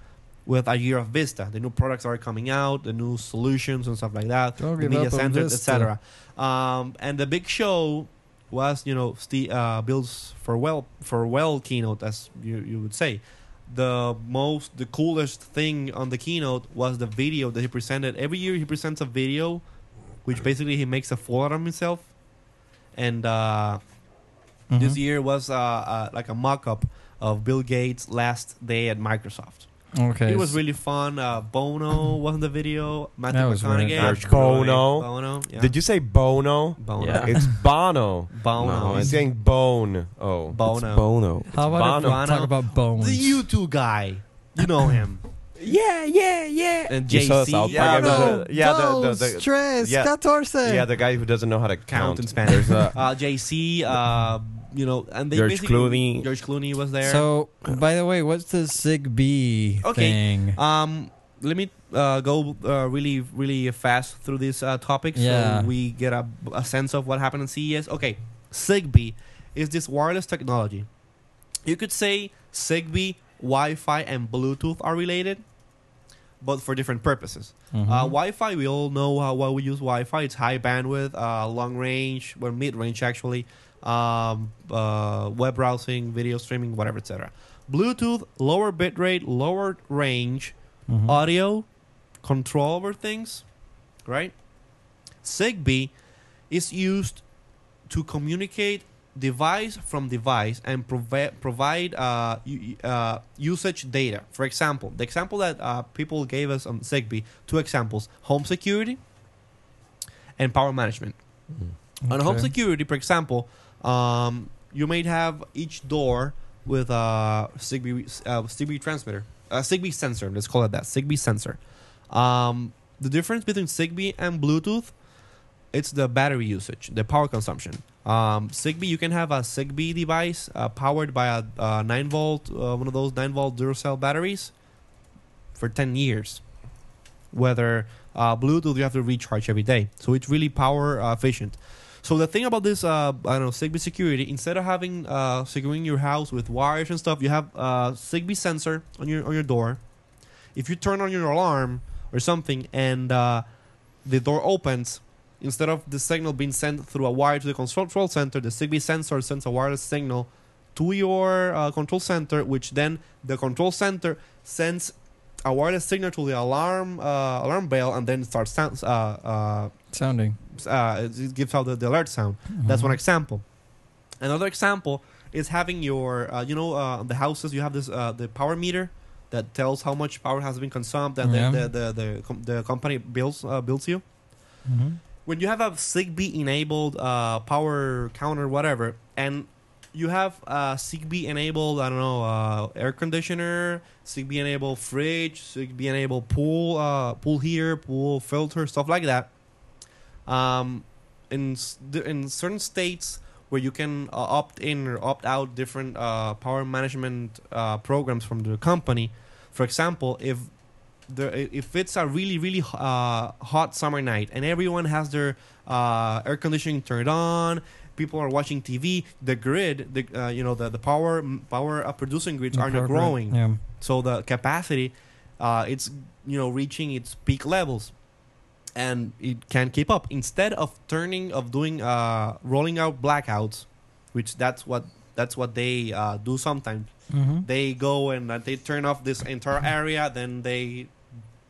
S4: with a year of Vista. The new products are coming out, the new solutions and stuff like that,
S3: Don't
S4: the
S3: give
S4: media
S3: up on
S4: centers,
S3: Vista.
S4: etc. Um, and the big show was, you know, Steve, uh, Bill's farewell farewell keynote, as you, you would say. The most, the coolest thing on the keynote was the video that he presented. Every year he presents a video which basically he makes a fool out of himself. And uh,
S3: Mhm.
S4: this year was uh, uh, like a mock up of Bill Gates' last day at Microsoft.
S3: Okay.
S4: It was really fun. Uh, Bono was in the video. Matthew
S3: That was weird.
S4: McConaughey.
S1: George Bono.
S4: Bono. Yeah.
S1: Did you say Bono?
S4: Bono.
S5: Yeah.
S1: It's Bono.
S4: Bono.
S5: No,
S1: He's saying Bone. Oh.
S5: It's
S4: Bono.
S5: Bono.
S3: How about if we
S4: Bono.
S3: talk about bones?
S4: The U2 guy. You know him.
S5: [laughs] Yeah, yeah, yeah.
S4: And
S5: You saw
S4: JC.
S5: South Park
S1: Yeah,
S5: episode?
S1: the- yeah, the- the- the- yeah. Yeah,
S3: yeah,
S1: the guy who doesn't know how to count.
S4: Count in Spanish.
S1: There's a-
S4: [laughs] uh, JC, uh, you know, and they
S5: George
S4: basically-
S5: Clooney.
S4: George Clooney was there.
S3: So, by the way, what's the Zigbee
S4: Okay.
S3: thing?
S4: Um, let me uh, go uh, really, really fast through this uh, topic
S3: Yeah.
S4: so we get a, a sense of what happened in CES. Okay, Zigbee is this wireless technology. You could say Zigbee, Wi Fi, and Bluetooth are related, but for different purposes.
S3: Mhm.
S4: Uh, Wi-Fi, we all know how, why we use Wi-Fi. It's high bandwidth, uh, long range, or mid-range actually. Um, uh, web browsing, video streaming, whatever, etc. Bluetooth, lower bitrate, lower range,
S3: Mhm.
S4: audio, control over things, right? Zigbee is used to communicate device from device and provi- provide uh, u- uh, usage data. For example, the example that uh, people gave us on Zigbee, two examples: home security and power management. On home
S3: Okay.
S4: security, for example, um, you might have each door with a Zigbee, uh, Zigbee transmitter, a Zigbee sensor. Let's call it that Zigbee sensor. Um, the difference between Zigbee and Bluetooth it's the battery usage, the power consumption. Um, Zigbee, you can have a Zigbee device uh, powered by a, uh nine volt, uh, one of those nine volt Duracell batteries, for ten years. Whether uh, Bluetooth, you have to recharge every day, so it's really power uh, efficient. So the thing about this, uh, I don't know, Zigbee security, instead of having uh, securing your house with wires and stuff, you have a Zigbee sensor on your on your door. If you turn on your alarm or something and uh, the door opens, instead of the signal being sent through a wire to the control center, the Zigbee sensor sends a wireless signal to your uh, control center, which then the control center sends a wireless signal to the alarm uh, alarm bell, and then starts sounds, uh, uh,
S3: Sounding.
S4: uh, it it gives out the, the alert sound. That's
S3: Mm-hmm.
S4: one example. Another example is having your, uh, you know, uh, the houses you have this uh, the power meter that tells how much power has been consumed that
S3: Yeah.
S4: the, the, the, the, com- the company builds uh, builds you.
S3: Mhm.
S4: When you have a Zigbee enabled uh, power counter, whatever, and you have a Zigbee enabled, I don't know, uh, air conditioner, Zigbee enabled fridge, Zigbee enabled pool, uh, pool heater, pool filter, stuff like that. Um, in s- the- in certain states where you can uh, opt in or opt out different uh, power management uh, programs from the company. For example, if there, i- if it's a really really h- uh, hot summer night and everyone has their uh, air conditioning turned on, people are watching TV. The grid, the uh, you know the the power power uh, producing grids are not
S3: Appropriate.
S4: growing
S3: Yeah.
S4: so the capacity uh, it's you know reaching its peak levels and it can't keep up instead of turning of doing uh, rolling out blackouts which that's what that's what they uh, do sometimes
S3: Mm-hmm.
S4: they go and uh, they turn off this entire area then they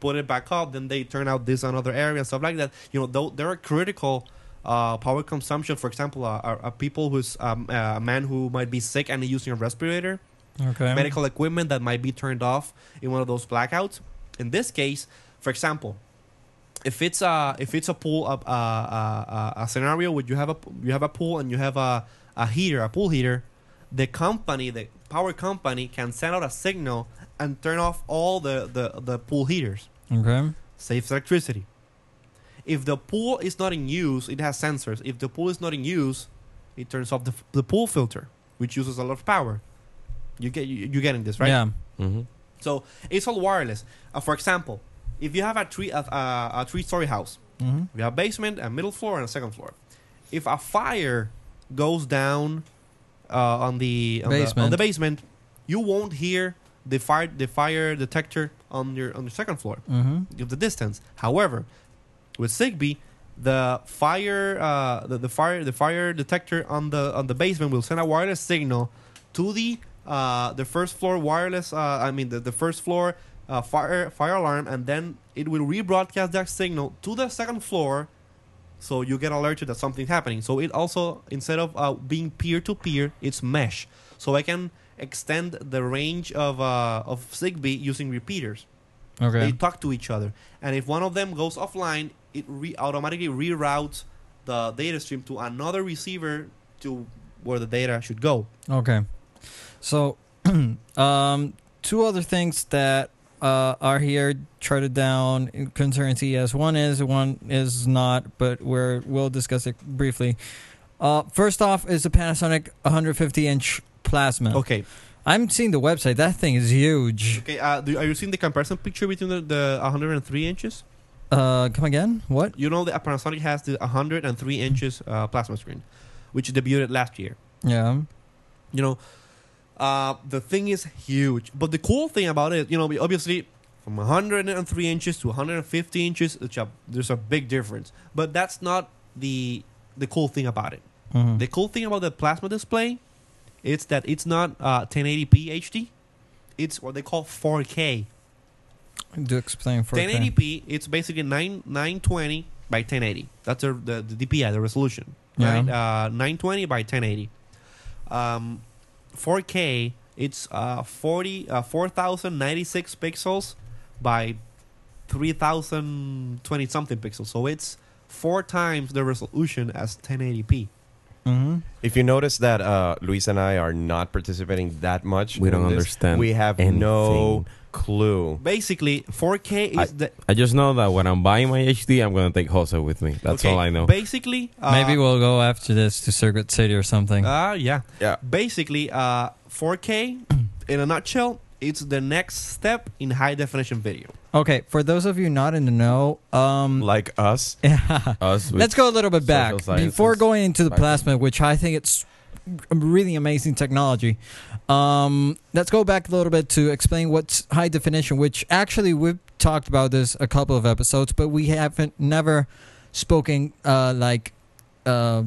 S4: put it back up then they turn out this another area stuff like that you know though there are critical uh, power consumption for example uh, are, are people who's um, uh, a man who might be sick and using a respirator
S3: Okay.
S4: medical equipment that might be turned off in one of those blackouts. In this case, for example, if it's a if it's a pool a, a, a, a scenario where you have a you have a pool and you have a, a heater a pool heater, the company the power company can send out a signal and turn off all the the, the pool heaters
S3: Okay.
S4: saves electricity. If the pool is not in use, it has sensors. If the pool is not in use, it turns off the, f- the pool filter, which uses a lot of power. You get you, you're getting this right?
S3: Yeah.
S5: Mm-hmm.
S4: So it's all wireless. Uh, for example, if you have a three a, a, a three story house,
S3: Mm-hmm.
S4: we have a basement, a middle floor, and a second floor. If a fire goes down uh, on the on, The, on
S3: Basement.
S4: the basement, you won't hear the fire the fire detector on your on your second floor
S3: Mm-hmm.
S4: of the distance. However, with Zigbee, the fire uh, the, the fire the fire detector on the on the basement will send a wireless signal to the uh, the first floor wireless uh, I mean the, the first floor uh, fire fire alarm and then it will rebroadcast that signal to the second floor so you get alerted that something's happening. So it also instead of uh, being peer to peer, it's mesh. So I can extend the range of uh, of Zigbee using repeaters
S3: Okay.
S4: they talk to each other and if one of them goes offline it re- automatically reroutes the data stream to another receiver to where the data should go
S3: Okay. So, [clears throat] um, two other things that uh, are here charted down in concerning CES. One is, one is not, but we're, we'll discuss it briefly. Uh, first off is the Panasonic 150 inch plasma.
S4: okay
S3: I'm seeing the website. That thing is huge.
S4: okay uh, do, are you seeing the comparison picture between the, the 103 inches
S3: Uh, come again? What?
S4: you know that panasonic has the 103 inches uh, plasma screen which debuted last year
S3: Yeah.
S4: you know uh, the thing is huge but the cool thing about it you know we- obviously from 103 inches to 150 inches it's a, there's a big difference but that's not the the cool thing about it
S3: Mhm.
S4: the cool thing about the plasma display it's that it's not uh, 1080p HD. It's what they call 4K.
S3: Do explain for
S4: 1080p, it's basically 9 920 by 1080. That's the, the, the DPI, the resolution.
S3: Yeah.
S4: Right? Uh, 920 by 1080. Um, 4K, it's uh, 40 uh, 4096 pixels by 3020 something pixels. So it's four times the resolution as 1080p.
S3: Mm-hmm.
S1: If you notice that uh, Luis and I are not participating that much,
S5: We
S1: in
S5: don't
S1: this,
S5: understand
S1: We have no
S5: anything.
S1: clue.
S4: Basically, 4K is the
S5: I just know that when I'm buying my HD, I'm gonna take Jose with me. That's
S4: okay,
S5: all I know.
S4: Basically, uh,
S3: Maybe we'll go after this to Circuit City or something.
S4: Ah, yeah.
S1: Yeah.
S4: Basically, uh, 4K, in a nutshell, it's the next step in high definition video.
S3: okay, for those of you not in the know, [laughs] um,
S1: Like us,
S5: Us, with-
S3: let's go a little bit back
S5: social sciences
S3: before going into the
S5: background.
S3: plasma, which I think it's a really amazing technology. Um, let's go back a little bit to explain what's high definition, which actually we've talked about this a couple of episodes, but we haven't never spoken uh, like uh,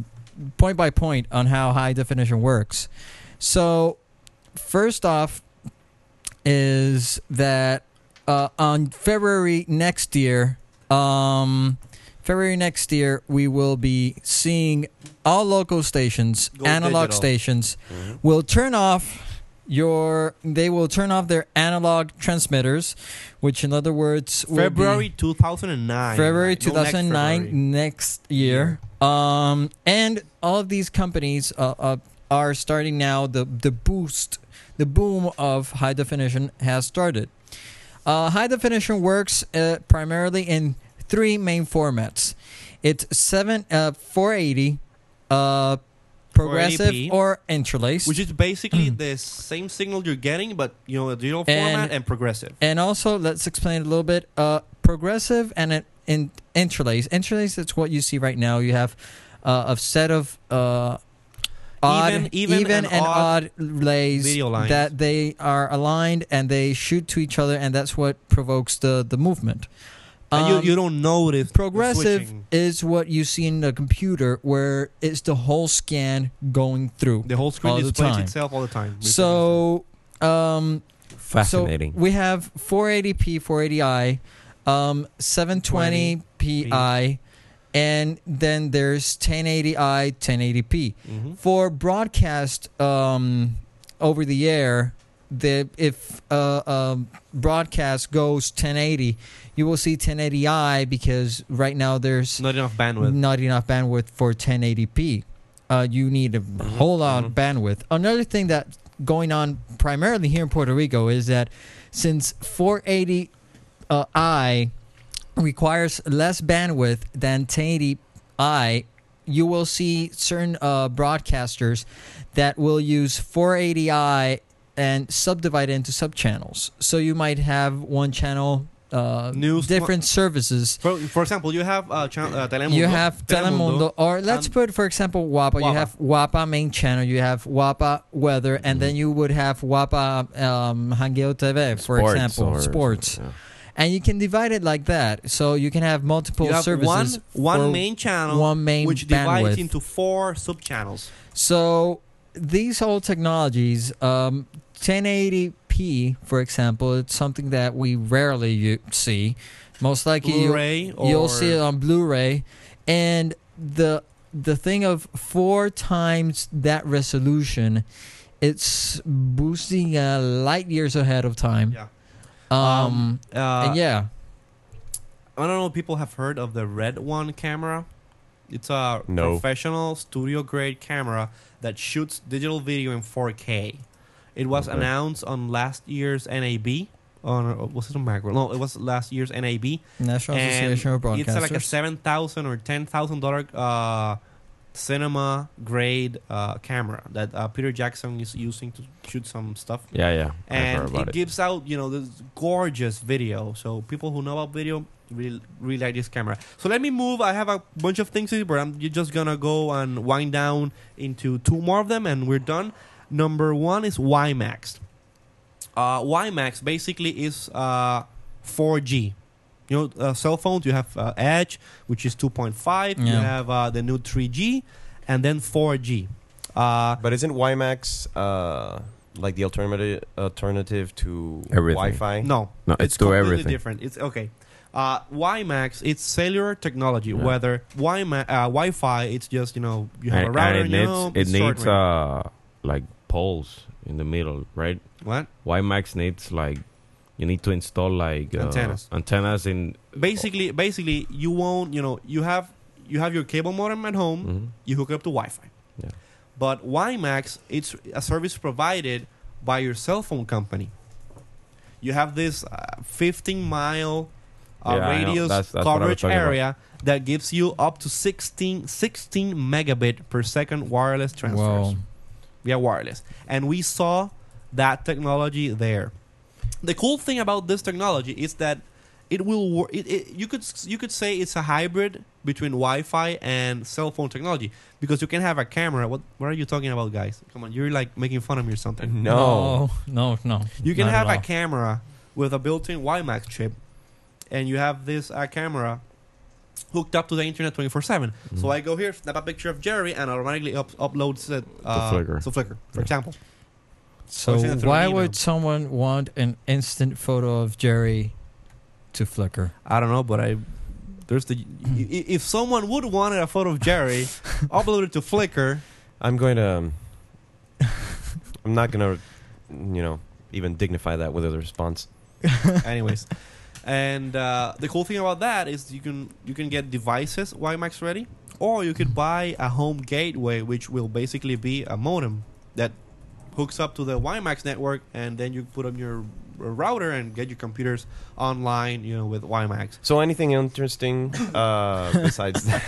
S3: point by point on how high definition works. So, first off, is that uh, on February next year, um, February next year, we will be seeing all local stations,
S4: Go
S3: analog
S4: digital. Mm-hmm.
S3: stations, will turn off your. They will turn off their analog transmitters, which, in other words, will be-
S4: February 2009.
S3: February
S4: No, next
S3: 2009
S4: February.
S3: next year. Um, and all of these companies uh, uh, are starting now. The the boost, the boom of high definition has started. Uh, high definition works uh, primarily in three main formats. It's seven uh, 480, uh, progressive
S4: 480p.
S3: or interlaced,
S4: Which is basically the same signal you're getting, but you know, a digital format
S3: Mm. And-
S4: and progressive.
S3: And also, let's explain a little bit. Uh, progressive and an in, interlace. Interlace. It's what you see right now. You have uh, a set of uh, odd,
S4: Even- even and
S3: and
S4: odd
S3: odd, lays
S4: video lines.
S3: that they are aligned and they shoot to each other, and that's what provokes the the movement.
S4: and
S3: Um,
S4: you, you don't notice the
S3: progressive
S4: switching.
S3: is what you see in the computer, where it's the whole scan going through.
S4: The whole
S3: all
S4: screen
S3: the
S4: displays
S3: time.
S4: itself all the time.
S3: So, um,
S5: fascinating.
S3: so we have 480p, 480i, um, 720pi, and then there's 1080i, 1080p.
S4: Mhm.
S3: For broadcast um, over the air, the if uh, um, broadcast goes 1080, you will see 1080i because right now there's
S4: not enough bandwidth.
S3: not enough bandwidth for 1080p. Uh, you need a
S4: Mm-hmm,
S3: whole lot of bandwidth. Another thing that's going on primarily here in Puerto Rico is that since 480i requires less bandwidth than 1080i, you will see certain uh, broadcasters that will use 480i and subdivide it into subchannels. So you might have one channel, uh,
S4: News-
S3: different services
S4: For, for example, you have uh, chan- uh, Telemundo.
S3: you have Telemundo, or let's
S4: and-
S3: put, for example, WAPA.
S4: WAPA.
S3: You have WAPA main channel. You have WAPA weather,
S4: Mm-hmm.
S3: and then you would have WAPA um, Hangeo TV, for
S5: Sports
S3: example,
S5: or-
S3: sports.
S5: yeah.
S3: And you can divide it like that, so you can have multiple
S4: You have
S3: services.
S4: one,
S3: for-
S4: one main channel,
S3: one main
S4: which divides
S3: bandwidth.
S4: into four sub channels.
S3: So these whole technologies, um, 1080p, for example, it's something that we rarely u- see. Most likely, you-
S4: Blu-ray or
S3: you'll see uh, it on Blu-ray, and the the thing of four times that resolution, it's boosting uh, light years ahead of time.
S4: Yeah.
S3: Um,
S4: Uh,
S3: and yeah,
S4: I don't know if people have heard of the Red One camera. It's a
S1: No.
S4: professional studio grade camera that shoots digital video in 4K. It was
S5: Okay.
S4: announced on last year's NAB. On uh, was it on macro? No, it was last year's NAB.
S3: National
S4: and
S3: Association of Broadcasters.
S4: It's like a seven thousand or ten thousand dollar uh, cinema grade uh, camera that uh, Peter Jackson is using to shoot some stuff
S5: yeah, yeah. I heard
S4: and
S5: about
S4: it
S5: it.
S4: gives out you know this gorgeous video so people who know about video really, really like this camera so let me move i have a bunch of things here but i'm you're just gonna go and wind down into two more of them and we're done number one is ymax uh, ymax basically is uh, 4g you know uh, cell phones you have uh, edge which is 2.5 you
S3: Yeah.
S4: have uh, the new 3g and then 4g uh,
S1: but isn't YMAX uh, like the alternative alternative to
S5: Everything.
S1: Wi-Fi?
S4: No,
S5: No, it's to
S4: completely
S5: everything.
S4: different. It's okay. Uh, WiMAX, it's cellular technology.
S5: Yeah.
S4: Whether WiMa- uh, Wi-Fi, it's just you know you have a
S5: And-
S4: router.
S5: and
S4: you
S5: it
S4: know,
S5: needs,
S4: it's
S5: it
S4: short
S5: needs
S4: range.
S5: uh like poles in the middle, right?
S4: what?
S5: Why Max needs like you need to install like uh,
S4: Antennas.
S5: antennas in
S4: Basically, basically, you won't. You know, you have you have your cable modem at home.
S5: Mhm.
S4: You hook it up to Wi-Fi.
S5: Yeah.
S4: But WiMAX, it's a service provided by your cell phone company. You have this uh, 15 mile uh,
S5: Yeah, I know.
S4: radius
S5: That's- that's what I was
S4: coverage
S5: talking about.
S4: area that gives you up to 16, 16 megabit per second wireless transfers
S3: Wow.
S4: via wireless. And we saw that technology there. The cool thing about this technology is that it will work. It, it, you could s- you could say it's a hybrid between Wi-Fi and cell phone technology because you can have a camera. What what are you talking about, guys? Come on, you're like making fun of me or something.
S1: No.
S3: No, no. no,
S4: You can
S3: not
S4: have
S3: at
S4: a
S3: all.
S4: camera with a built-in WiMAX chip, and you have this uh, camera hooked up to the internet 24/7.
S5: Mm.
S4: So I go here, snap a picture of Jerry, and automatically up- uploads it uh,
S5: Flickr.
S4: To Flickr, for
S5: Yeah.
S4: example.
S3: So
S4: Or send it through
S3: why
S4: an email.
S3: would someone want an instant photo of Jerry to Flickr?
S4: I don't know, but I there's the i- i- if someone would want a photo of Jerry, upload it to Flickr.
S1: I'm going to. um, I'm not going to, you know, even dignify that with a response.
S4: Anyways, and uh, the cool thing about that is you can you can get devices WiMAX ready, or you could buy a home gateway, which will basically be a modem that hooks up to the WiMAX network, and then you put on your router and get your computers online, you know, with WiMAX.
S1: So anything interesting uh, besides that?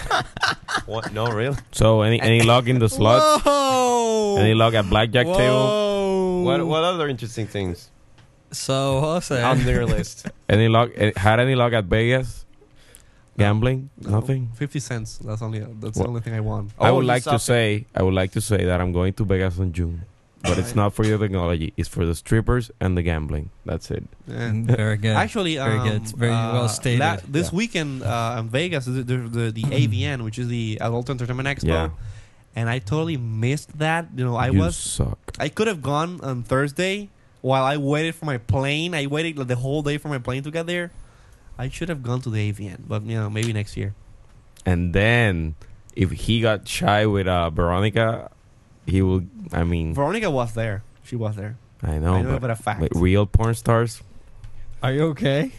S1: what? No, really?
S5: So any any log
S4: [laughs]
S5: in the slots?
S3: Whoa!
S5: Any log at blackjack table?
S3: Whoa!
S1: What, what other interesting things
S3: So Jose,
S1: on their list?
S5: Any log? eh, Had any log at Vegas? Gambling? Nothing.
S4: Fifty cents. That's only that's
S5: What?
S4: the only thing I want.
S5: I
S1: Oh,
S5: would
S1: you
S5: like to
S1: suck.
S5: say I would like to say that I'm going to Vegas in June, but it's not for the technology. It's for the strippers and the gambling. That's it.
S4: Eh.
S3: [laughs] very good.
S4: Actually,
S3: Very
S4: um,
S3: good. It's very well
S4: uh,
S3: stated. Mm-hmm.
S4: la- this
S5: Yeah.
S4: weekend uh, in Vegas, the, the, the, the AVN, which is the Adult Entertainment Expo,
S5: Yeah.
S4: and I totally missed that. You know, I
S5: you
S4: was
S5: suck.
S4: I could have gone on Thursday while I waited for my plane. I waited like, the whole day for my plane to get there. I should have gone to the AVN, but you know, maybe next year.
S5: And then if he got shy with uh, Veronica, he will. I mean,
S4: Veronica was there. She was there.
S5: I know,
S4: I know
S5: Mm. but,
S4: about a fact.
S5: but real porn stars.
S3: Are you okay?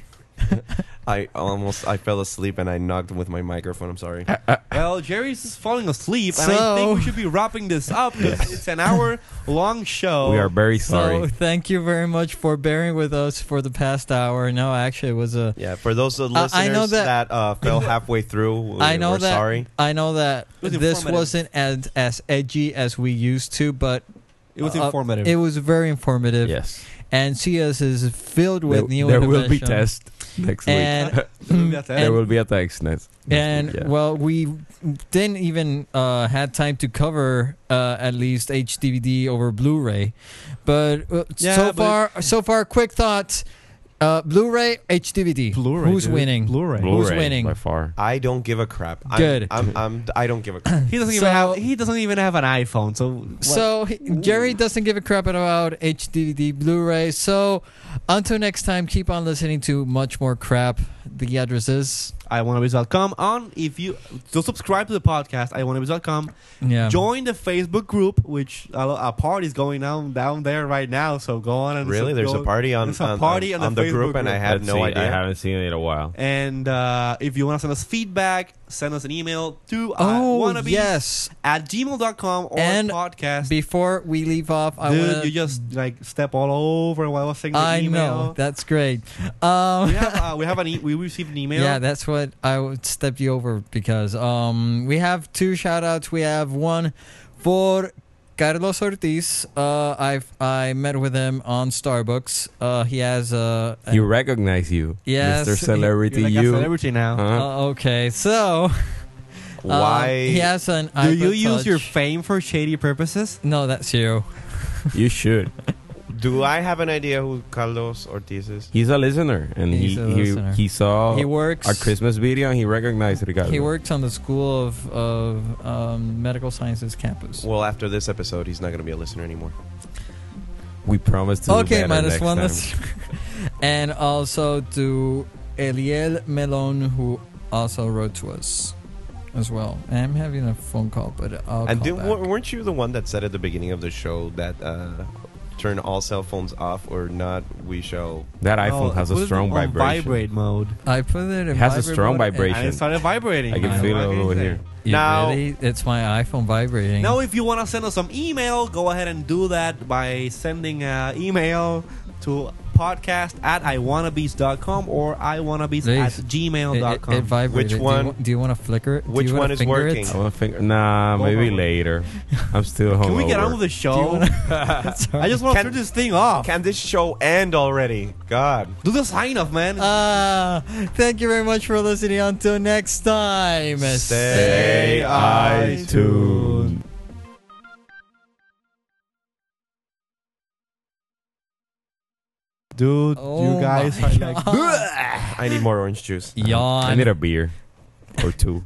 S1: I almost I fell asleep and I knocked him with my microphone. I'm sorry.
S4: Well, Jerry's falling asleep, and I
S3: So-
S4: think we should be wrapping this up because it's an hour-long show.
S5: we are very
S3: Oh, So [laughs]
S5: sorry.
S3: thank you very much for bearing with us for the past hour. No, actually, it was a.
S1: Yeah, for those of the
S3: Uh,
S1: listeners
S3: I know that-
S1: that, uh, fell halfway through, we,
S3: I know
S1: we're
S3: that.
S1: sorry.
S3: I know that
S4: was
S3: this
S4: informative.
S3: wasn't as, as edgy as we used to, but
S4: It was
S3: Uh,
S4: informative.
S3: it was very informative.
S5: yes,
S3: And CS is filled with
S5: there,
S3: new
S5: there will be
S3: innovation.
S5: tests next week.
S3: [laughs] And
S5: [laughs] there will be a text next. next
S3: and
S5: week, yeah.
S3: well, we didn't even uh, had time to cover uh, at least HDVD over Blu-ray, but uh,
S4: Yeah,
S3: so
S4: but-
S3: far, so far, quick thoughts: uh, Blu-ray, HDVD.
S4: Blu-ray,
S3: Who's
S4: dude.
S3: winning?
S4: Blu-ray.
S3: Who's
S5: Blu-ray
S3: winning?
S5: by far?
S1: I don't give a crap. I'm,
S3: Good.
S1: I'm, I'm, I don't give a
S4: [laughs]
S1: crap.
S4: He doesn't
S3: So-
S4: even have. He doesn't even have an iPhone. So what-
S3: So he- Jerry doesn't give a crap about HDVD Blu-ray. So until next time, keep on listening to much more crap. The address is
S4: I wannabes.com on if you so subscribe to the podcast. I wannabes.com.
S1: Um.
S3: yeah.
S4: Join the Facebook group, which a, a party's going on down there right now. So go on and
S1: Really,
S4: sub-
S1: there's
S4: go-
S1: a party on
S4: there's a
S1: on,
S4: party
S1: on,
S4: on the
S1: the group,
S4: Facebook
S1: and I
S4: group.
S1: had
S5: Let's
S1: no
S5: see, I
S1: idea.
S5: haven't seen it in a while.
S4: And uh, if you want to send us feedback, send us an email to uh,
S3: Oh
S4: wannabes
S3: yes.
S4: at gmail.com or
S3: And
S4: podcast.
S3: Before we leave off, I
S4: Dude,
S3: want
S4: you just [laughs] like step all over while I was saying the
S3: I know [laughs]
S4: email.
S3: that's
S4: [laughs]
S3: great. Um,
S4: we have uh, we have an e- we received an email.
S3: Yeah, that's what I would step you over because um, we have two shout outs. We have one for Carlos Ortiz. Uh, I I met with him on Starbucks. Uh, he has a. a-
S5: You recognize you,
S3: Yes.
S5: Mr.
S4: You're
S5: Celebrity.
S4: like a
S5: you, Uh-huh.
S4: celebrity now.
S5: Huh?
S3: Uh, okay, so um,
S1: Why?
S3: he has an.
S4: Do
S3: iPod
S4: you use
S3: Touch.
S4: your fame for shady purposes?
S3: no, that's you. Oh.
S5: you should.
S1: do I have an idea who Carlos Ortiz is?
S5: He's a listener, and
S3: He's
S5: he
S3: a
S5: he,
S3: listener.
S5: he saw
S3: he works.
S5: Oh, our Christmas video, and he recognized Ricardo.
S3: He works on the School of of um, Medical Sciences campus.
S1: Well, after this episode, he's not going to be a listener anymore.
S5: We promised to do
S3: Okay,
S5: better
S3: minus
S5: next
S3: one.
S5: time.
S3: That's [laughs] and also to Eliel Melon, who also wrote to us as well. I'm having a phone call, but I'll
S1: and did,
S3: call back.
S1: weren't you the one that said at the beginning of the show that uh, turn all cell phones off or not, we shall.
S5: That
S3: Oh,
S4: No,
S5: iPhone has a
S4: put it
S5: strong
S4: on
S5: vibration.
S4: Vibrate mode.
S3: I put it in.
S5: It has a
S3: vibrate
S5: strong
S3: mode and-
S5: vibration.
S4: And it started vibrating.
S5: I can
S4: know
S5: feel it
S4: what
S5: all over
S4: say.
S5: here.
S3: You
S4: Now-
S3: really? it's my iPhone vibrating.
S4: Now, if you want to send us some email, go ahead and do that by sending an email to podcast at iwannabees.com or iwannabees at
S3: Please.
S4: gmail
S3: it,
S4: dot
S3: it, it
S4: com.
S3: vibrated.
S1: Which
S3: Do you
S1: one-
S3: wa- Do you, want to flicker it? Do
S1: which
S3: you wanna
S1: one is
S3: finger
S1: working?
S3: It?
S5: I want to think. Nah,
S4: Go
S5: maybe
S4: over.
S5: later. I'm still home.
S4: Can we get on with the
S3: Do you
S4: show? [laughs]
S3: wanna- Sorry.
S4: I just want to
S1: Can-
S4: turn this thing off.
S1: Can this show end already? God.
S4: Do the sign off, man.
S3: Ah, thank you very much for listening. Until next time.
S1: Stay
S5: iTunes.
S4: Dude,
S3: Oh
S4: you guys
S3: my
S4: are like.
S3: God.
S1: I need more orange juice.
S3: Yawn.
S5: I need a beer or two.